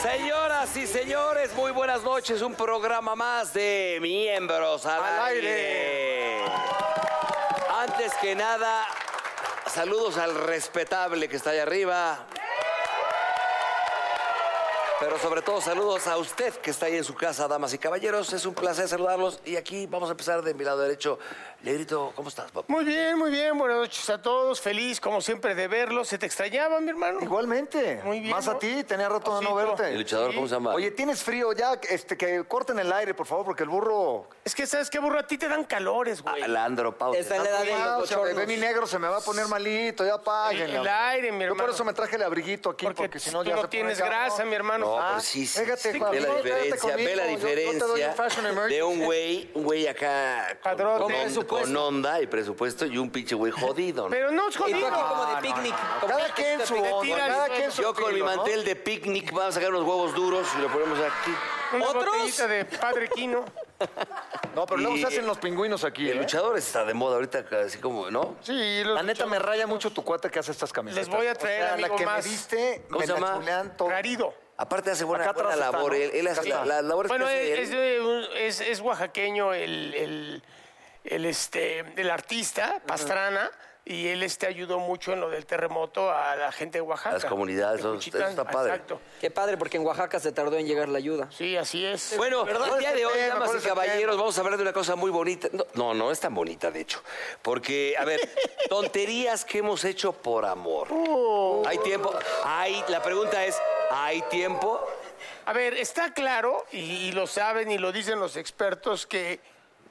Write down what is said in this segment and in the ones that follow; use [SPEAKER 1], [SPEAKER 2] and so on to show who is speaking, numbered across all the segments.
[SPEAKER 1] Señoras y señores, muy buenas noches. Un programa más de Miembros al,
[SPEAKER 2] Al
[SPEAKER 1] aire. Antes que nada, saludos al respetable que está allá arriba. Pero sobre todo saludos a usted que está ahí en su casa, damas y caballeros. Es un placer saludarlos. Y aquí vamos a empezar de mi lado derecho. Negrito, ¿cómo estás, papá?
[SPEAKER 2] Muy bien, muy bien. Buenas noches a todos. Feliz, como siempre, de verlos. ¿Se te extrañaba, mi hermano?
[SPEAKER 3] Igualmente.
[SPEAKER 2] Muy bien,
[SPEAKER 3] Más
[SPEAKER 2] ¿no?
[SPEAKER 3] a ti, tenía rato de no
[SPEAKER 2] Osito.
[SPEAKER 3] verte.
[SPEAKER 1] El luchador, ¿cómo se llama?
[SPEAKER 3] Oye, tienes frío ya, este, que corten el aire, por favor, porque el burro.
[SPEAKER 2] Es que, ¿sabes qué, burro? A ti te dan calores, güey.
[SPEAKER 1] Alandro, Pau.
[SPEAKER 4] Esta es la edad de
[SPEAKER 3] Ah,
[SPEAKER 4] los
[SPEAKER 3] o sea, bebé
[SPEAKER 4] bochornos.
[SPEAKER 3] mi negro se me va a poner malito, ya páguenle.
[SPEAKER 2] El- el aire, mi
[SPEAKER 3] Yo
[SPEAKER 2] hermano.
[SPEAKER 3] por eso me traje el abriguito aquí, porque,
[SPEAKER 2] Porque,
[SPEAKER 3] si no
[SPEAKER 2] tú
[SPEAKER 3] ya
[SPEAKER 2] no
[SPEAKER 3] se pone
[SPEAKER 2] tienes
[SPEAKER 3] cabrón.
[SPEAKER 2] grasa, mi hermano.
[SPEAKER 1] No,
[SPEAKER 3] Ah,
[SPEAKER 1] pero sí, sí,
[SPEAKER 3] fíjate,
[SPEAKER 1] sí,
[SPEAKER 3] Juan,
[SPEAKER 1] ve la
[SPEAKER 3] no, quédate
[SPEAKER 1] diferencia, ve la
[SPEAKER 3] conmigo, yo- yo te doy un
[SPEAKER 1] diferencia
[SPEAKER 3] fashion emergency.
[SPEAKER 1] de un güey, un güey acá con,
[SPEAKER 2] Padrón.
[SPEAKER 1] con-
[SPEAKER 2] Con
[SPEAKER 4] presupuesto.
[SPEAKER 1] con onda y presupuesto y un pinche güey jodido. ¿no?
[SPEAKER 2] Pero no es
[SPEAKER 4] Y tú
[SPEAKER 2] jodido.
[SPEAKER 4] aquí como de picnic. como
[SPEAKER 3] Cada
[SPEAKER 4] de
[SPEAKER 3] quien su
[SPEAKER 4] picnic.
[SPEAKER 3] onda,
[SPEAKER 2] tiras,
[SPEAKER 3] cada
[SPEAKER 2] güey.
[SPEAKER 3] quien su
[SPEAKER 1] Yo con mi
[SPEAKER 3] estilo, ¿no?
[SPEAKER 1] mantel de picnic vamos a sacar unos huevos duros y lo ponemos aquí.
[SPEAKER 2] Una
[SPEAKER 4] ¿Otros?
[SPEAKER 2] botellita de Padre Quino.
[SPEAKER 3] No, pero luego
[SPEAKER 1] Y-
[SPEAKER 3] se hacen los pingüinos aquí.
[SPEAKER 1] El
[SPEAKER 3] ¿eh?
[SPEAKER 1] luchador está de moda ahorita, así como, ¿no?
[SPEAKER 3] Sí, los La neta me raya mucho tu cuate que hace estas camisetas.
[SPEAKER 2] Les voy a traer,
[SPEAKER 3] o sea,
[SPEAKER 2] amigo,
[SPEAKER 3] la que
[SPEAKER 2] más.
[SPEAKER 3] me diste,
[SPEAKER 1] ¿Cómo
[SPEAKER 3] me
[SPEAKER 1] se
[SPEAKER 3] la
[SPEAKER 1] llama?
[SPEAKER 3] chulean todo.
[SPEAKER 2] Clarido.
[SPEAKER 1] Aparte hace buena,
[SPEAKER 3] Acá
[SPEAKER 1] buena
[SPEAKER 3] atrás está,
[SPEAKER 1] labor.
[SPEAKER 3] ¿no?
[SPEAKER 1] Él, él hace
[SPEAKER 3] Acá
[SPEAKER 1] la-
[SPEAKER 3] está.
[SPEAKER 1] las labores
[SPEAKER 2] Bueno,
[SPEAKER 1] que hace
[SPEAKER 2] es,
[SPEAKER 1] él.
[SPEAKER 2] es de un- es- es oaxaqueño el, el- el, este, el artista, Pastrana, y él este ayudó mucho en lo del terremoto a la gente de Oaxaca.
[SPEAKER 1] Las comunidades,
[SPEAKER 2] de
[SPEAKER 1] eso- eso
[SPEAKER 2] Juchitán.
[SPEAKER 1] está padre.
[SPEAKER 2] Exacto.
[SPEAKER 4] Qué padre, porque en Oaxaca se tardó en llegar la ayuda.
[SPEAKER 2] Sí, así es. Este
[SPEAKER 1] Bueno, Este, el
[SPEAKER 4] este
[SPEAKER 1] día de hoy,
[SPEAKER 3] tema?
[SPEAKER 1] damas
[SPEAKER 3] ¿Cuál
[SPEAKER 1] y
[SPEAKER 3] es el tema?
[SPEAKER 1] caballeros, vamos a hablar de una cosa muy bonita. No, no, no es tan bonita, de hecho. Porque, a ver, tonterías que hemos hecho por amor.
[SPEAKER 4] Oh.
[SPEAKER 1] ¿Hay tiempo? Hay, la pregunta es, ¿hay tiempo?
[SPEAKER 2] A ver, está claro, y, y lo saben y lo dicen los expertos, que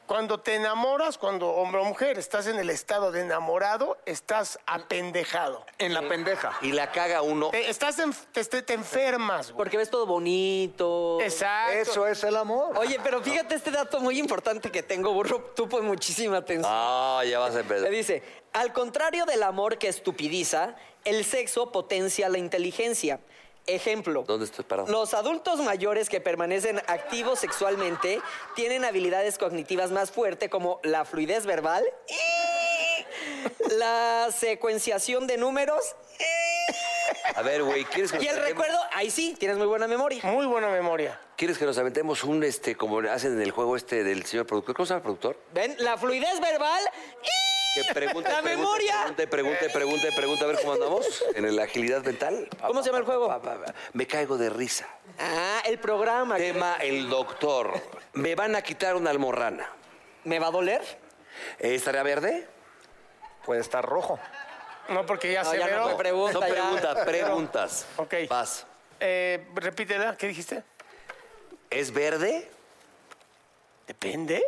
[SPEAKER 2] cuando te enamoras, cuando hombre o mujer estás en el estado de enamorado, estás apendejado.
[SPEAKER 3] En la pendeja.
[SPEAKER 1] Y la caga uno.
[SPEAKER 2] Te, estás en- te, te- te enfermas, güey.
[SPEAKER 4] Porque ves todo bonito.
[SPEAKER 2] Exacto.
[SPEAKER 3] Eso es el amor.
[SPEAKER 4] Oye, pero fíjate este dato muy importante que tengo, burro. Tú pon muchísima atención.
[SPEAKER 1] Ah, ya vas a
[SPEAKER 4] Le
[SPEAKER 1] empezar.
[SPEAKER 4] dice, al contrario del amor que estupidiza, el sexo potencia la inteligencia. Ejemplo.
[SPEAKER 1] ¿Dónde estoy parado?
[SPEAKER 4] Los adultos mayores que permanecen activos sexualmente tienen habilidades cognitivas más fuertes como la fluidez verbal, la secuenciación de números
[SPEAKER 1] A ver, güey, ¿quieres que
[SPEAKER 4] y
[SPEAKER 1] nos
[SPEAKER 4] el
[SPEAKER 1] aventemos-
[SPEAKER 4] recuerdo. Ahí sí, tienes muy buena memoria.
[SPEAKER 2] Muy buena memoria.
[SPEAKER 1] ¿Quieres que nos aventemos un, este, como hacen en el juego este del señor productor? ¿Cómo se llama el productor?
[SPEAKER 4] Ven, la fluidez verbal.
[SPEAKER 1] Que pregunta,
[SPEAKER 4] La
[SPEAKER 1] y pregunta,
[SPEAKER 4] memoria.
[SPEAKER 1] Pregunta, y pregunta, y pregunta, y pregunta, a ver cómo andamos en la agilidad mental.
[SPEAKER 4] ¿Cómo se llama el juego?
[SPEAKER 1] Pa, pa, pa. Me caigo de risa.
[SPEAKER 4] Ah, el programa.
[SPEAKER 1] Tema el doctor. Me van a quitar una almorrana.
[SPEAKER 4] ¿Me va a doler?
[SPEAKER 1] Eh, ¿Estará verde?
[SPEAKER 3] Puede estar rojo.
[SPEAKER 2] No, porque ya
[SPEAKER 4] No,
[SPEAKER 2] se
[SPEAKER 4] ya no
[SPEAKER 2] veró.
[SPEAKER 4] me pregunto. Pregunta
[SPEAKER 1] Son preguntas,
[SPEAKER 4] ya.
[SPEAKER 1] preguntas.
[SPEAKER 2] Ok.
[SPEAKER 1] Vas.
[SPEAKER 2] Eh, repítela, ¿qué dijiste?
[SPEAKER 1] ¿Es verde?
[SPEAKER 2] Depende.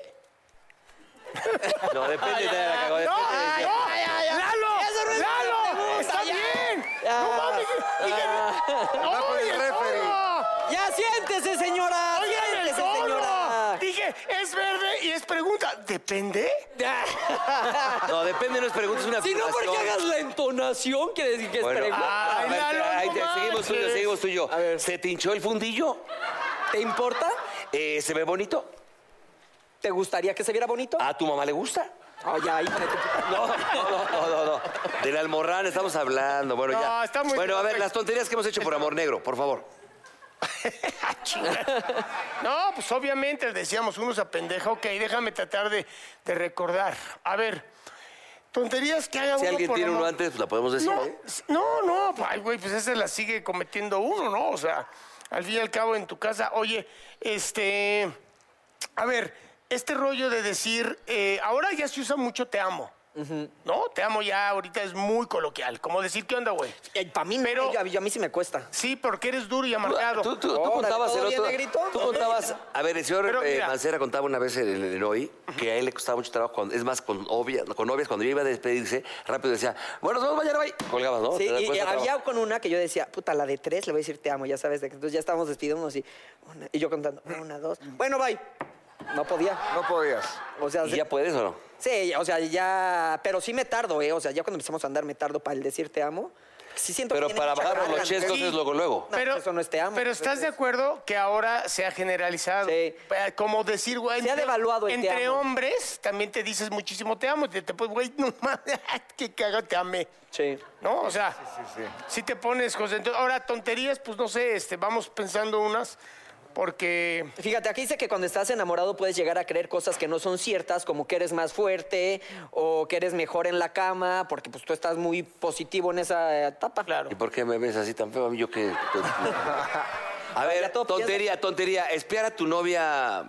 [SPEAKER 1] No, depende de la cagó.
[SPEAKER 2] ¡No!
[SPEAKER 1] depende de-
[SPEAKER 2] ¡No! ¡Lalo!
[SPEAKER 4] Eso no es una
[SPEAKER 2] ¡Lalo!
[SPEAKER 4] pregunta,
[SPEAKER 2] ¡Está
[SPEAKER 4] ya.
[SPEAKER 2] bien!
[SPEAKER 4] Ya. Ah.
[SPEAKER 2] ¡No mames! dije-
[SPEAKER 3] Bajo
[SPEAKER 2] ¡Oye,
[SPEAKER 3] el referee.
[SPEAKER 2] zorro!
[SPEAKER 4] ¡Ya siéntese, señora!
[SPEAKER 2] ¡Oigan el
[SPEAKER 4] ¡Siéntese,
[SPEAKER 2] zorro!
[SPEAKER 4] señora!
[SPEAKER 2] Dije, es verde y es pregunta. ¿Depende?
[SPEAKER 1] No, depende, no es pregunta, es una
[SPEAKER 4] Si no, porque
[SPEAKER 1] afirmación.
[SPEAKER 4] hagas la entonación, quiere decir que
[SPEAKER 1] Bueno, ah.
[SPEAKER 4] es pregunta.
[SPEAKER 1] a
[SPEAKER 2] Ay,
[SPEAKER 1] ver,
[SPEAKER 2] Lalo,
[SPEAKER 1] ahí
[SPEAKER 2] no
[SPEAKER 1] te- seguimos
[SPEAKER 2] manches.
[SPEAKER 1] tuyo, seguimos tuyo.
[SPEAKER 4] A ver.
[SPEAKER 1] ¿Se te hinchó el fundillo?
[SPEAKER 4] ¿Te importa?
[SPEAKER 1] Eh, ¿Se ve bonito?
[SPEAKER 4] ¿Te gustaría que se viera bonito?
[SPEAKER 1] ¿A tu mamá le gusta?
[SPEAKER 4] Ay, ya, hija de tu puta.
[SPEAKER 1] Ah. No, no, no, no, no. Del almorrán estamos hablando. Bueno,
[SPEAKER 2] No,
[SPEAKER 1] ya.
[SPEAKER 2] está muy
[SPEAKER 1] bueno, a ver,
[SPEAKER 2] perfecto.
[SPEAKER 1] las tonterías que hemos hecho por amor negro, por favor.
[SPEAKER 2] Ah, no, pues obviamente decíamos unos a pendeja. Ok, déjame tratar de, de recordar. A ver, tonterías que haga
[SPEAKER 1] Si
[SPEAKER 2] uno
[SPEAKER 1] alguien
[SPEAKER 2] por
[SPEAKER 1] tiene uno
[SPEAKER 2] amor.
[SPEAKER 1] antes, pues la podemos decir.
[SPEAKER 2] No,
[SPEAKER 1] ¿eh?
[SPEAKER 2] s- no, no, pa- ay, güey, pues esa la sigue cometiendo uno, ¿no? O sea, al fin y al cabo en tu casa, oye, este, a ver, este rollo de decir, eh, ahora ya se usa mucho te amo, ¿no? Te amo ya ahorita es muy coloquial, como decir, ¿qué onda, güey?
[SPEAKER 4] Para mí, no,
[SPEAKER 2] Pero-
[SPEAKER 4] yo- a, mí, a mí sí me cuesta.
[SPEAKER 2] Sí, porque eres duro y amargado.
[SPEAKER 1] Tú, tú- tú
[SPEAKER 4] Órale,
[SPEAKER 1] contabas
[SPEAKER 4] ¿todo
[SPEAKER 1] el
[SPEAKER 4] bien,
[SPEAKER 1] otro.
[SPEAKER 4] negrito?
[SPEAKER 1] Tú contabas. A ver, el señor
[SPEAKER 2] Pero
[SPEAKER 1] eh,
[SPEAKER 2] mira.
[SPEAKER 1] Mancera contaba una vez en el Eloy que a él le costaba mucho trabajo. cuando- es más, con, obvia- con novias, cuando yo iba a despedirse, rápido decía, bueno, nos vemos mañana, bye. Colgabas, ¿no?
[SPEAKER 4] Sí,
[SPEAKER 1] Te das
[SPEAKER 4] y, y
[SPEAKER 1] cuenta,
[SPEAKER 4] había
[SPEAKER 1] trabajo.
[SPEAKER 4] con una que yo decía, puta, la de tres, le voy a decir te amo, ya sabes, de que entonces ya estábamos despidiéndonos y, una- y yo contando, una, dos, bueno, bye. No podía.
[SPEAKER 3] No podías.
[SPEAKER 4] O sea,
[SPEAKER 1] ¿Y ya puedes o no?
[SPEAKER 4] sí, o sea, ya, pero sí me tardo, ¿eh? O sea, ya cuando empezamos a andar me tardo para el decir te amo. Sí siento
[SPEAKER 1] Pero
[SPEAKER 4] que tiene
[SPEAKER 1] para
[SPEAKER 4] mucha
[SPEAKER 1] bajarnos
[SPEAKER 4] carga,
[SPEAKER 1] los
[SPEAKER 4] ¿no?
[SPEAKER 1] chescos
[SPEAKER 2] Sí.
[SPEAKER 1] es luego, luego.
[SPEAKER 4] No, eso no es te amo,
[SPEAKER 2] Pero
[SPEAKER 4] pues,
[SPEAKER 2] estás de
[SPEAKER 4] es-
[SPEAKER 2] acuerdo que ahora se ha generalizado.
[SPEAKER 4] Sí.
[SPEAKER 2] Pa- Como decir, güey.
[SPEAKER 4] Se ha
[SPEAKER 2] entre-
[SPEAKER 4] devaluado el te
[SPEAKER 2] Entre
[SPEAKER 4] amo.
[SPEAKER 2] hombres también te dices muchísimo te amo. Te, te pones, güey, no mames, qué cago, te amé.
[SPEAKER 4] Sí.
[SPEAKER 2] ¿No? O sea, si te pones José. Entonces, ahora, tonterías, pues no sé, este, vamos pensando unas, porque.
[SPEAKER 4] Fíjate, aquí dice que cuando estás enamorado puedes llegar a creer cosas que no son ciertas, como que eres más fuerte o que eres mejor en la cama, porque pues tú estás muy positivo en esa etapa. Claro.
[SPEAKER 1] ¿Y por qué me ves así tan feo? A mí yo qué... A
[SPEAKER 4] Ya
[SPEAKER 1] ver,
[SPEAKER 4] todo piensa-
[SPEAKER 1] tontería, tontería. Espiar a tu novia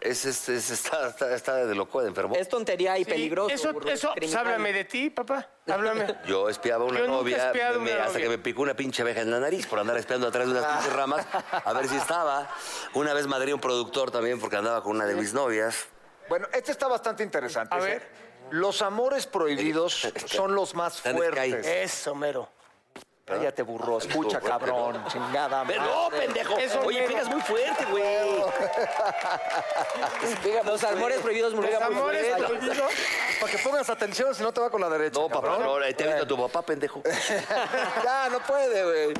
[SPEAKER 1] es, es- es- está, está- está de loco, de enfermo.
[SPEAKER 4] Es tontería y
[SPEAKER 2] Sí,
[SPEAKER 4] peligroso.
[SPEAKER 2] Eso,
[SPEAKER 4] burro,
[SPEAKER 2] eso pues,
[SPEAKER 4] criminal.
[SPEAKER 2] háblame de ti, papá. Háblame.
[SPEAKER 1] Yo espiaba a una
[SPEAKER 2] Yo nunca he
[SPEAKER 1] novia,
[SPEAKER 2] espiado
[SPEAKER 1] me-
[SPEAKER 2] una
[SPEAKER 1] hasta
[SPEAKER 2] novia. Ah.
[SPEAKER 1] que me picó una pinche abeja en la nariz por andar espiando atrás de unas pinches ramas a ver si estaba. Una vez madré un productor también porque andaba con una de mis novias.
[SPEAKER 3] Bueno, este está bastante interesante.
[SPEAKER 2] A
[SPEAKER 3] Dice,
[SPEAKER 2] ver.
[SPEAKER 3] Los amores prohibidos son los más
[SPEAKER 1] Tan es que hay.
[SPEAKER 3] fuertes.
[SPEAKER 2] Eso, mero.
[SPEAKER 3] Cállate, burro. Escucha,
[SPEAKER 1] Tú, fuerte,
[SPEAKER 3] cabrón. Chingada
[SPEAKER 1] Pero
[SPEAKER 3] madre.
[SPEAKER 1] no, pendejo.
[SPEAKER 2] Eso
[SPEAKER 1] Oh, Oye,
[SPEAKER 2] mero.
[SPEAKER 1] pegas Ah, muy fuerte, güey.
[SPEAKER 4] Los amores prohibidos
[SPEAKER 2] Los
[SPEAKER 4] murieron.
[SPEAKER 2] amores prohibidos.
[SPEAKER 3] pues, Para que pongas atención, si no te va con la derecha.
[SPEAKER 1] No, papá, no,
[SPEAKER 3] cabrón.
[SPEAKER 1] te invito a tu papá, pendejo.
[SPEAKER 3] ya, no puede, güey.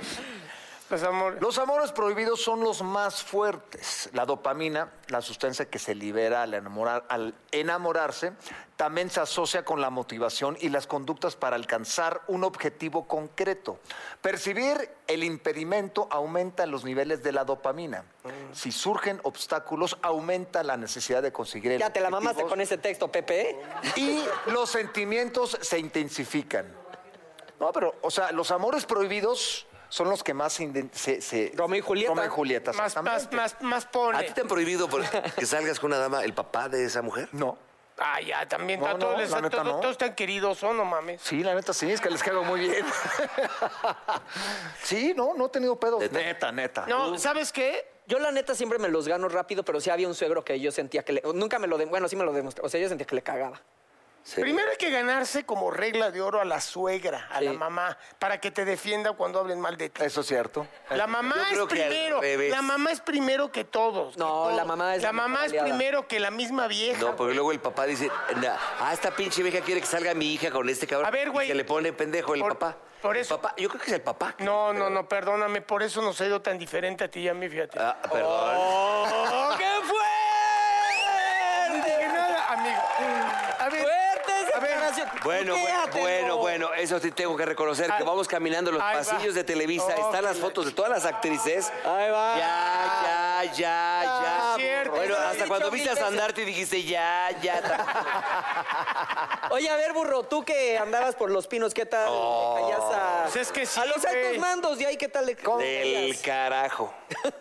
[SPEAKER 2] Los amores.
[SPEAKER 3] Los amores prohibidos son los más fuertes. La dopamina, la sustancia que se libera al, enamorar- al enamorarse, también se asocia con la motivación y las conductas para alcanzar un objetivo concreto. Percibir el impedimento aumenta los niveles de la dopamina.
[SPEAKER 4] Mm.
[SPEAKER 3] Si surgen obstáculos, aumenta la necesidad de conseguir el
[SPEAKER 4] Ya te la mamaste
[SPEAKER 3] objetivo
[SPEAKER 4] con ese texto, Pepe. ¿eh?
[SPEAKER 3] y los sentimientos se intensifican. No, pero, o sea, los amores prohibidos son los que más se inden- se, se-
[SPEAKER 4] Romeo y Julieta.
[SPEAKER 3] Romeo y Julieta,
[SPEAKER 2] Más, más,
[SPEAKER 3] pues, exactamente.
[SPEAKER 2] más, más
[SPEAKER 1] ¿A
[SPEAKER 2] pone.
[SPEAKER 1] ti te han prohibido por- que salgas con una dama, el papá de esa mujer?
[SPEAKER 3] No.
[SPEAKER 2] Ah, ya, también.
[SPEAKER 3] No,
[SPEAKER 2] a todos,
[SPEAKER 3] no,
[SPEAKER 2] les-
[SPEAKER 3] la
[SPEAKER 2] a
[SPEAKER 3] neta,
[SPEAKER 2] todos-
[SPEAKER 3] no.
[SPEAKER 2] todos tan queridos son, no mames.
[SPEAKER 3] Sí, la neta, sí, es que les cago muy bien. sí, no, no he tenido pedo.
[SPEAKER 1] Neta.
[SPEAKER 3] neta. neta.
[SPEAKER 2] No, ¿sabes qué?
[SPEAKER 4] Yo la neta siempre me los gano rápido, pero sí había un suegro que yo sentía que le... Nunca me lo... de- Bueno, sí me lo demostré. O sea, yo sentía que le cagaba.
[SPEAKER 1] Sí.
[SPEAKER 2] Primero hay que ganarse como regla de oro a la suegra, a la
[SPEAKER 4] Sí.
[SPEAKER 2] mamá, para que te defienda cuando hablen mal de ti.
[SPEAKER 3] Eso es cierto.
[SPEAKER 2] La mamá es
[SPEAKER 1] creo que al
[SPEAKER 2] primero.
[SPEAKER 1] revés.
[SPEAKER 2] La mamá es primero que todos. que
[SPEAKER 4] No,
[SPEAKER 2] todos.
[SPEAKER 4] la mamá es
[SPEAKER 2] La
[SPEAKER 4] la mejor
[SPEAKER 2] mamá es
[SPEAKER 4] aliada.
[SPEAKER 2] primero que la misma vieja.
[SPEAKER 1] No, porque luego el papá dice, "Na- ah, esta pinche vieja quiere que salga mi hija con este cabrón.
[SPEAKER 2] A ver,
[SPEAKER 1] Y
[SPEAKER 2] güey.
[SPEAKER 1] Que le pone pendejo el
[SPEAKER 2] Por-
[SPEAKER 1] papá.
[SPEAKER 2] por
[SPEAKER 1] El
[SPEAKER 2] eso.
[SPEAKER 1] papá- yo creo que es el papá.
[SPEAKER 2] No, no, no, perdóname, por eso nos he ido tan diferente a ti y a mí, fíjate.
[SPEAKER 1] Ah, perdón.
[SPEAKER 2] ¡Oh, qué fuerte! No dije nada, amigo. A ver,
[SPEAKER 4] ¡Fuerte esa
[SPEAKER 2] a ver,
[SPEAKER 4] declaración!
[SPEAKER 1] Bueno, bueno,
[SPEAKER 4] Bloquéatelo.
[SPEAKER 1] bueno, bueno, eso sí tengo que reconocer
[SPEAKER 2] Ahí-
[SPEAKER 4] Ah,
[SPEAKER 1] que vamos caminando los
[SPEAKER 2] ahí va.
[SPEAKER 1] pasillos de Televisa,
[SPEAKER 2] Oh,
[SPEAKER 1] están las
[SPEAKER 2] que
[SPEAKER 1] fotos de todas las actrices.
[SPEAKER 4] Ahí va.
[SPEAKER 1] Ya, ya, ya, ya.
[SPEAKER 2] es cierto.
[SPEAKER 1] Bueno,
[SPEAKER 4] Ah,
[SPEAKER 1] hasta
[SPEAKER 4] Eso lo he dicho
[SPEAKER 1] cuando
[SPEAKER 4] mil
[SPEAKER 1] viste a
[SPEAKER 4] veces.
[SPEAKER 1] Sandarte y dijiste ya, ya.
[SPEAKER 4] Oye, a ver, burro, tú que andabas por los pinos, ¿qué tal? le caías a...
[SPEAKER 2] Pues es que sí,
[SPEAKER 4] A los
[SPEAKER 2] güey.
[SPEAKER 4] altos mandos de ahí, ¿qué tal? le-
[SPEAKER 1] Oh. Del carajo.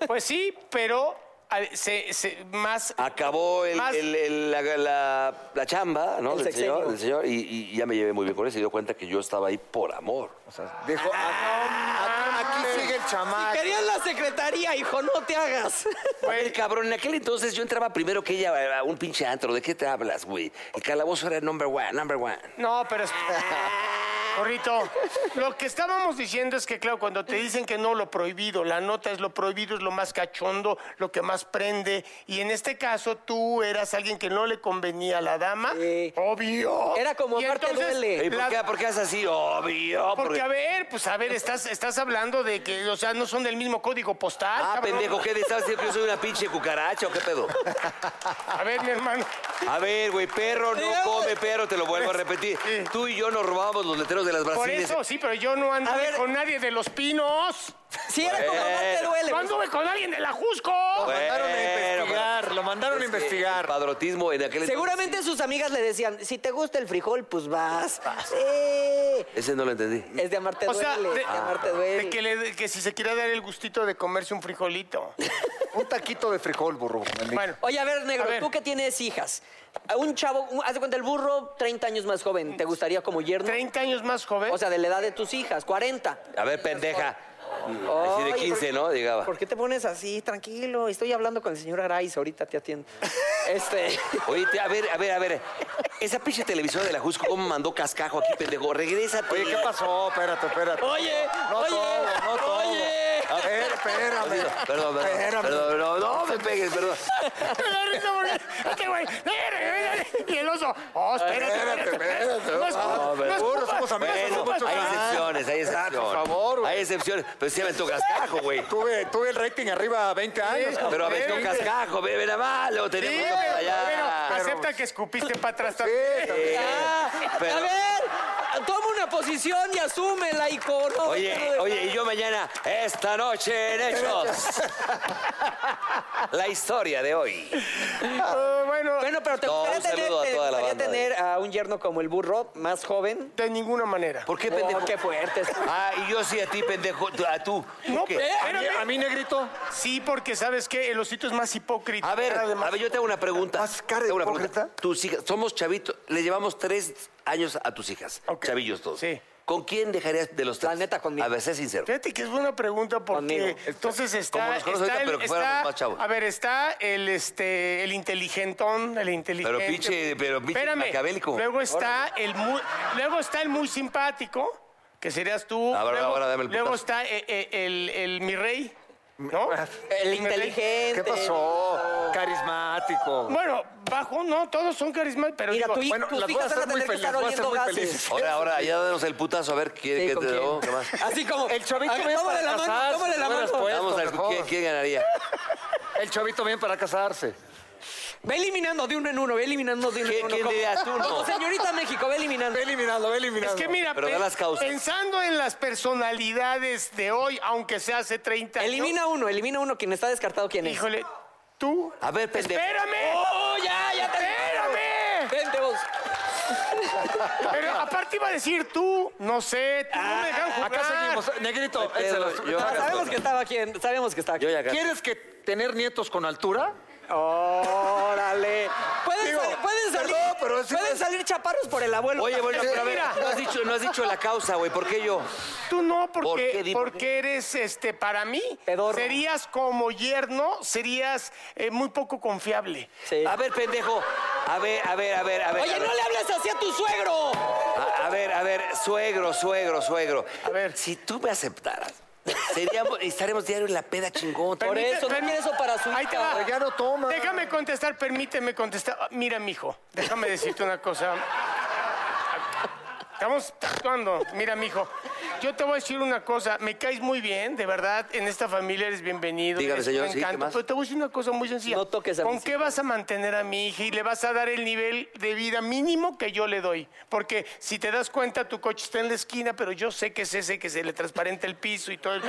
[SPEAKER 2] pues sí, pero a- se, se- más.
[SPEAKER 1] Acabó el-
[SPEAKER 2] Más-
[SPEAKER 1] el- el- la, la- la chamba, ¿no?
[SPEAKER 4] El
[SPEAKER 1] Del
[SPEAKER 4] sexenio.
[SPEAKER 1] señor, del señor, y, y ya me llevé muy bien con él. Se dio cuenta que yo estaba ahí por amor.
[SPEAKER 3] O sea, dijo, "Ah, aquí, aquí sigue el chamaco.
[SPEAKER 4] Querías la secretaría, hijo, no te hagas.
[SPEAKER 1] El cabrón, en aquel entonces yo entraba primero que ella eh, a un pinche antro. ¿De qué te hablas, güey? El calabozo era number one, number one.
[SPEAKER 2] No, pero. es- Corrito, lo que estábamos diciendo es que, claro, cuando te dicen que no, lo prohibido, la nota es lo prohibido, es lo más cachondo, lo que más prende. Y en este caso, tú eras alguien que no le convenía a la dama.
[SPEAKER 4] Sí.
[SPEAKER 2] Obvio.
[SPEAKER 4] Era como
[SPEAKER 2] Y
[SPEAKER 4] amarte
[SPEAKER 2] entonces,
[SPEAKER 4] duele.
[SPEAKER 1] Ey, ¿por,
[SPEAKER 2] la-
[SPEAKER 1] qué, ¿Por qué haces así? Obvio.
[SPEAKER 2] Porque, a ver, pues a ver, estás, estás hablando de que, o sea, no son del mismo código postal.
[SPEAKER 1] Ah,
[SPEAKER 2] cabrón.
[SPEAKER 1] pendejo, ¿qué? ¿Estabas diciendo que yo soy una pinche cucaracha o qué pedo?
[SPEAKER 2] A ver, mi hermano.
[SPEAKER 1] A ver, güey, perro no come perro, te lo vuelvo a repetir.
[SPEAKER 2] Sí.
[SPEAKER 1] Tú y yo nos robábamos los letreros de las
[SPEAKER 2] Por
[SPEAKER 1] brasiles.
[SPEAKER 2] eso, sí, pero yo no ando
[SPEAKER 4] A ver.
[SPEAKER 2] con nadie de los pinos.
[SPEAKER 4] Sí, era como
[SPEAKER 1] Bueno.
[SPEAKER 4] amarte duele.
[SPEAKER 2] ¿Cuándo estuve con alguien de la Jusco.
[SPEAKER 3] Lo mandaron a
[SPEAKER 1] Bueno,
[SPEAKER 3] investigar, lo mandaron a
[SPEAKER 1] Es que
[SPEAKER 3] investigar.
[SPEAKER 1] El padrotismo en aquel entonces-
[SPEAKER 4] Seguramente sus amigas le decían, si te gusta el frijol, pues vas. Sí.
[SPEAKER 1] Ese no lo entendí.
[SPEAKER 4] Es de amarte
[SPEAKER 2] O sea,
[SPEAKER 4] duele,
[SPEAKER 2] de-
[SPEAKER 4] de amarte
[SPEAKER 1] Ah.
[SPEAKER 4] duele.
[SPEAKER 2] De que, le- que si se quiere dar el gustito de comerse un frijolito.
[SPEAKER 3] Un taquito de frijol, burro. bendito.
[SPEAKER 2] Bueno,
[SPEAKER 4] Oye, a ver, negro,
[SPEAKER 2] A ver.
[SPEAKER 4] tú que tienes hijas, a un chavo, un- haz de cuenta, el burro, 30 años más joven, ¿te gustaría como yerno?
[SPEAKER 2] 30 años más joven.
[SPEAKER 4] O sea, de la edad de tus hijas, 40.
[SPEAKER 1] A ver, pendeja. Así de
[SPEAKER 4] Oye,
[SPEAKER 1] 15,
[SPEAKER 4] ¿por-
[SPEAKER 1] ¿no? Llegaba.
[SPEAKER 4] ¿Por qué te pones así? Tranquilo, estoy hablando con el señor Araiz, ahorita te atiendo. Este...
[SPEAKER 1] Oye, te- a ver, a ver, a ver. Esa pinche televisora de la Jusco, ¿cómo me mandó cascajo aquí, pendejo? Regrésate.
[SPEAKER 3] Oye, ¿qué pasó? Espérate, espérate.
[SPEAKER 2] Oh.
[SPEAKER 4] Oye,
[SPEAKER 3] no
[SPEAKER 4] oye,
[SPEAKER 3] todo, no todo.
[SPEAKER 4] oye.
[SPEAKER 3] A ver, espérame.
[SPEAKER 1] Perdón, perdón, perdón,
[SPEAKER 3] Espérame.
[SPEAKER 1] perdón, no, no me pegues, perdón.
[SPEAKER 2] Me da risa porque este güey, "Dale, dale". Y el oso. Oh, espérate.
[SPEAKER 3] Espérate, espérate.
[SPEAKER 2] No es culpa,
[SPEAKER 1] No,
[SPEAKER 2] no es
[SPEAKER 3] Burro,
[SPEAKER 2] culpa.
[SPEAKER 3] somos amigos. hace
[SPEAKER 1] Bueno,
[SPEAKER 3] mucho
[SPEAKER 1] hay
[SPEAKER 3] tiempo.
[SPEAKER 1] excepciones, hay
[SPEAKER 3] Ah,
[SPEAKER 1] excepciones.
[SPEAKER 3] Por favor, güey.
[SPEAKER 1] Hay excepciones, pero sí aventó cascajo, güey.
[SPEAKER 3] Tuve, tuve el rating arriba a 20 años. cabrón.
[SPEAKER 1] Pero aventó cascajo, ve, ve nada más, luego
[SPEAKER 2] Sí,
[SPEAKER 1] teníamos uno por
[SPEAKER 2] pero, pero
[SPEAKER 1] allá.
[SPEAKER 2] acepta que escupiste para atrás.
[SPEAKER 3] Sí, también.
[SPEAKER 4] Ah,
[SPEAKER 1] Pero-
[SPEAKER 4] A ver, toma una posición y asúmela, hijo. no, no,
[SPEAKER 1] Oye,
[SPEAKER 4] no.
[SPEAKER 1] oye, y yo mañana, esta noche en Hechos. La historia de hoy.
[SPEAKER 2] Eh, bueno,
[SPEAKER 4] Bueno, pero te
[SPEAKER 1] No, un
[SPEAKER 4] gustaría, tener,
[SPEAKER 1] saludo a
[SPEAKER 4] te
[SPEAKER 1] toda la
[SPEAKER 4] gustaría
[SPEAKER 1] banda de-
[SPEAKER 4] tener a un yerno como el burro, más joven.
[SPEAKER 2] de ninguna manera.
[SPEAKER 1] ¿Por qué,
[SPEAKER 4] Oh,
[SPEAKER 1] pendejo?
[SPEAKER 4] qué fuerte.
[SPEAKER 1] Ah, y yo sí a ti, pendejo. tú- A tú.
[SPEAKER 2] No,
[SPEAKER 1] ¿Por qué?
[SPEAKER 2] pero-
[SPEAKER 3] A mí- A mí, negrito.
[SPEAKER 2] Sí, porque sabes que el osito es más hipócrita.
[SPEAKER 1] A ver, a ver, yo te hago una pregunta.
[SPEAKER 3] ¿Más cara de
[SPEAKER 1] Te hago una
[SPEAKER 3] hipócrita?
[SPEAKER 1] pregunta. Tus hijas, somos chavitos, le llevamos tres años a tus hijas.
[SPEAKER 2] Ok.
[SPEAKER 1] Chavillos todos.
[SPEAKER 2] Sí.
[SPEAKER 1] ¿Con quién dejarías de los tres?
[SPEAKER 4] La neta, conmigo.
[SPEAKER 1] A ver, sé sincero.
[SPEAKER 2] Fíjate que es buena pregunta porque
[SPEAKER 4] Conmigo.
[SPEAKER 2] entonces está,
[SPEAKER 1] este, Como nos conoces
[SPEAKER 2] está
[SPEAKER 1] ahorita,
[SPEAKER 2] el-
[SPEAKER 1] pero que fuéramos
[SPEAKER 2] está-
[SPEAKER 1] más chavos.
[SPEAKER 2] a ver está el este el inteligentón el inteligente
[SPEAKER 1] Pero pinche- pero pinche
[SPEAKER 2] Espérame.
[SPEAKER 1] maquiavélico.
[SPEAKER 2] luego está el muy luego está el muy simpático que serías tú
[SPEAKER 1] A ver,
[SPEAKER 2] luego,
[SPEAKER 1] ahora dame el
[SPEAKER 2] luego
[SPEAKER 1] putazo.
[SPEAKER 2] está eh, eh, el, el mi rey no
[SPEAKER 4] El
[SPEAKER 2] Mi rey.
[SPEAKER 4] inteligente.
[SPEAKER 2] Este,
[SPEAKER 3] ¿Qué pasó? Carismático.
[SPEAKER 2] bueno bajo no todos son carismáticos pero
[SPEAKER 4] Mira,
[SPEAKER 2] digo,
[SPEAKER 4] tu hija-
[SPEAKER 3] bueno,
[SPEAKER 4] tus
[SPEAKER 3] las voy a
[SPEAKER 4] hijas van a
[SPEAKER 3] hacer muy
[SPEAKER 4] tener que
[SPEAKER 3] felices,
[SPEAKER 4] estar
[SPEAKER 3] las voy a hacer
[SPEAKER 4] oliendo
[SPEAKER 3] muy
[SPEAKER 4] gases.
[SPEAKER 3] felices.
[SPEAKER 1] Ahora, ahora, ya danos el putazo, a ver quién
[SPEAKER 4] Sí,
[SPEAKER 1] qué
[SPEAKER 4] ¿con
[SPEAKER 1] te
[SPEAKER 4] quién?
[SPEAKER 1] dio, qué más.
[SPEAKER 4] Así como.
[SPEAKER 3] El chavito este
[SPEAKER 4] a ver,
[SPEAKER 3] bien
[SPEAKER 4] tómale
[SPEAKER 3] para
[SPEAKER 4] la mano,
[SPEAKER 3] casarse,
[SPEAKER 4] tómale la
[SPEAKER 3] buenas
[SPEAKER 4] mano.
[SPEAKER 3] puertas.
[SPEAKER 1] Vamos a ver
[SPEAKER 3] mejor.
[SPEAKER 1] quién, quién ganaría.
[SPEAKER 3] El chavito bien para casarse.
[SPEAKER 4] Ve eliminando de uno en uno, ve eliminando de uno
[SPEAKER 1] ¿Qué-
[SPEAKER 4] en uno.
[SPEAKER 1] quién
[SPEAKER 4] como-
[SPEAKER 1] dirías tú, no?
[SPEAKER 4] Como señorita México, ve eliminando.
[SPEAKER 3] Ve eliminando, ve eliminando.
[SPEAKER 2] Es que mira,
[SPEAKER 1] Pero da
[SPEAKER 2] pe-
[SPEAKER 1] las causas.
[SPEAKER 2] pensando en las personalidades de hoy, aunque sea hace 30 años.
[SPEAKER 4] Elimina uno, elimina uno. Quien está descartado, ¿quién es?
[SPEAKER 2] Híjole, tú.
[SPEAKER 1] A ver, pendejo.
[SPEAKER 2] ¡Espérame!
[SPEAKER 4] ¡Oh, ya, ya te
[SPEAKER 2] ¡Espérame!
[SPEAKER 4] Vente vos.
[SPEAKER 2] Pero aparte iba a decir tú, no sé, tú no me dejan jugar.
[SPEAKER 3] Acá seguimos. Negrito,
[SPEAKER 1] Pedro,
[SPEAKER 3] échalo.
[SPEAKER 1] yo-
[SPEAKER 4] Ah, sabemos que estaba quién, sabemos que estaba
[SPEAKER 1] Yo
[SPEAKER 4] quién.
[SPEAKER 1] ya gané.
[SPEAKER 3] ¿Quieres que tener nietos con altura?
[SPEAKER 4] Órale. Pueden,
[SPEAKER 3] Digo,
[SPEAKER 4] sal- pueden salir,
[SPEAKER 3] perdón, pero sí
[SPEAKER 4] pueden
[SPEAKER 3] es-
[SPEAKER 4] salir chaparros por el abuelo.
[SPEAKER 1] Oye, bueno, pero a ver,
[SPEAKER 2] Mira.
[SPEAKER 1] no has dicho, no has dicho la causa, güey. ¿Por qué yo?
[SPEAKER 2] Tú no, porque,
[SPEAKER 1] ¿Por qué? Di por
[SPEAKER 2] porque eres, este, para mí,
[SPEAKER 4] Pedorro.
[SPEAKER 2] serías como yerno, serías eh, muy poco confiable.
[SPEAKER 4] Sí.
[SPEAKER 1] A ver, pendejo. A ver, a ver, a ver, a ver. a
[SPEAKER 4] Oye,
[SPEAKER 1] ver.
[SPEAKER 4] no le hables así a tu suegro.
[SPEAKER 1] A, a ver, a ver, suegro, suegro, suegro.
[SPEAKER 2] A ver.
[SPEAKER 1] Si tú me aceptaras, seríamos, estaríamos diario en la peda chingón.
[SPEAKER 4] Por
[SPEAKER 2] Permite-
[SPEAKER 4] eso, no
[SPEAKER 2] permi-
[SPEAKER 4] tiene eso para su
[SPEAKER 2] Ahí te
[SPEAKER 4] hija.
[SPEAKER 2] va.
[SPEAKER 3] Pues Ya no toma.
[SPEAKER 2] Déjame contestar, permíteme contestar. Ah, Mira, mijo, déjame decirte una cosa. Estamos actuando. Mira, mijo, yo te voy a decir una cosa. Me caes muy bien, de verdad. En esta familia eres bienvenido.
[SPEAKER 1] Dígame,
[SPEAKER 2] eres un
[SPEAKER 1] señor, sí, ¿qué
[SPEAKER 2] encanto,
[SPEAKER 1] más?
[SPEAKER 2] Pero te voy a decir una cosa muy sencilla.
[SPEAKER 4] No toques a
[SPEAKER 2] ¿Con
[SPEAKER 4] mis
[SPEAKER 2] qué vas a mantener a mi hija y le vas a dar el nivel de vida mínimo que yo le doy? Porque si te das cuenta, tu coche está en la esquina, pero yo sé que es ese que se le transparenta el piso y todo. El...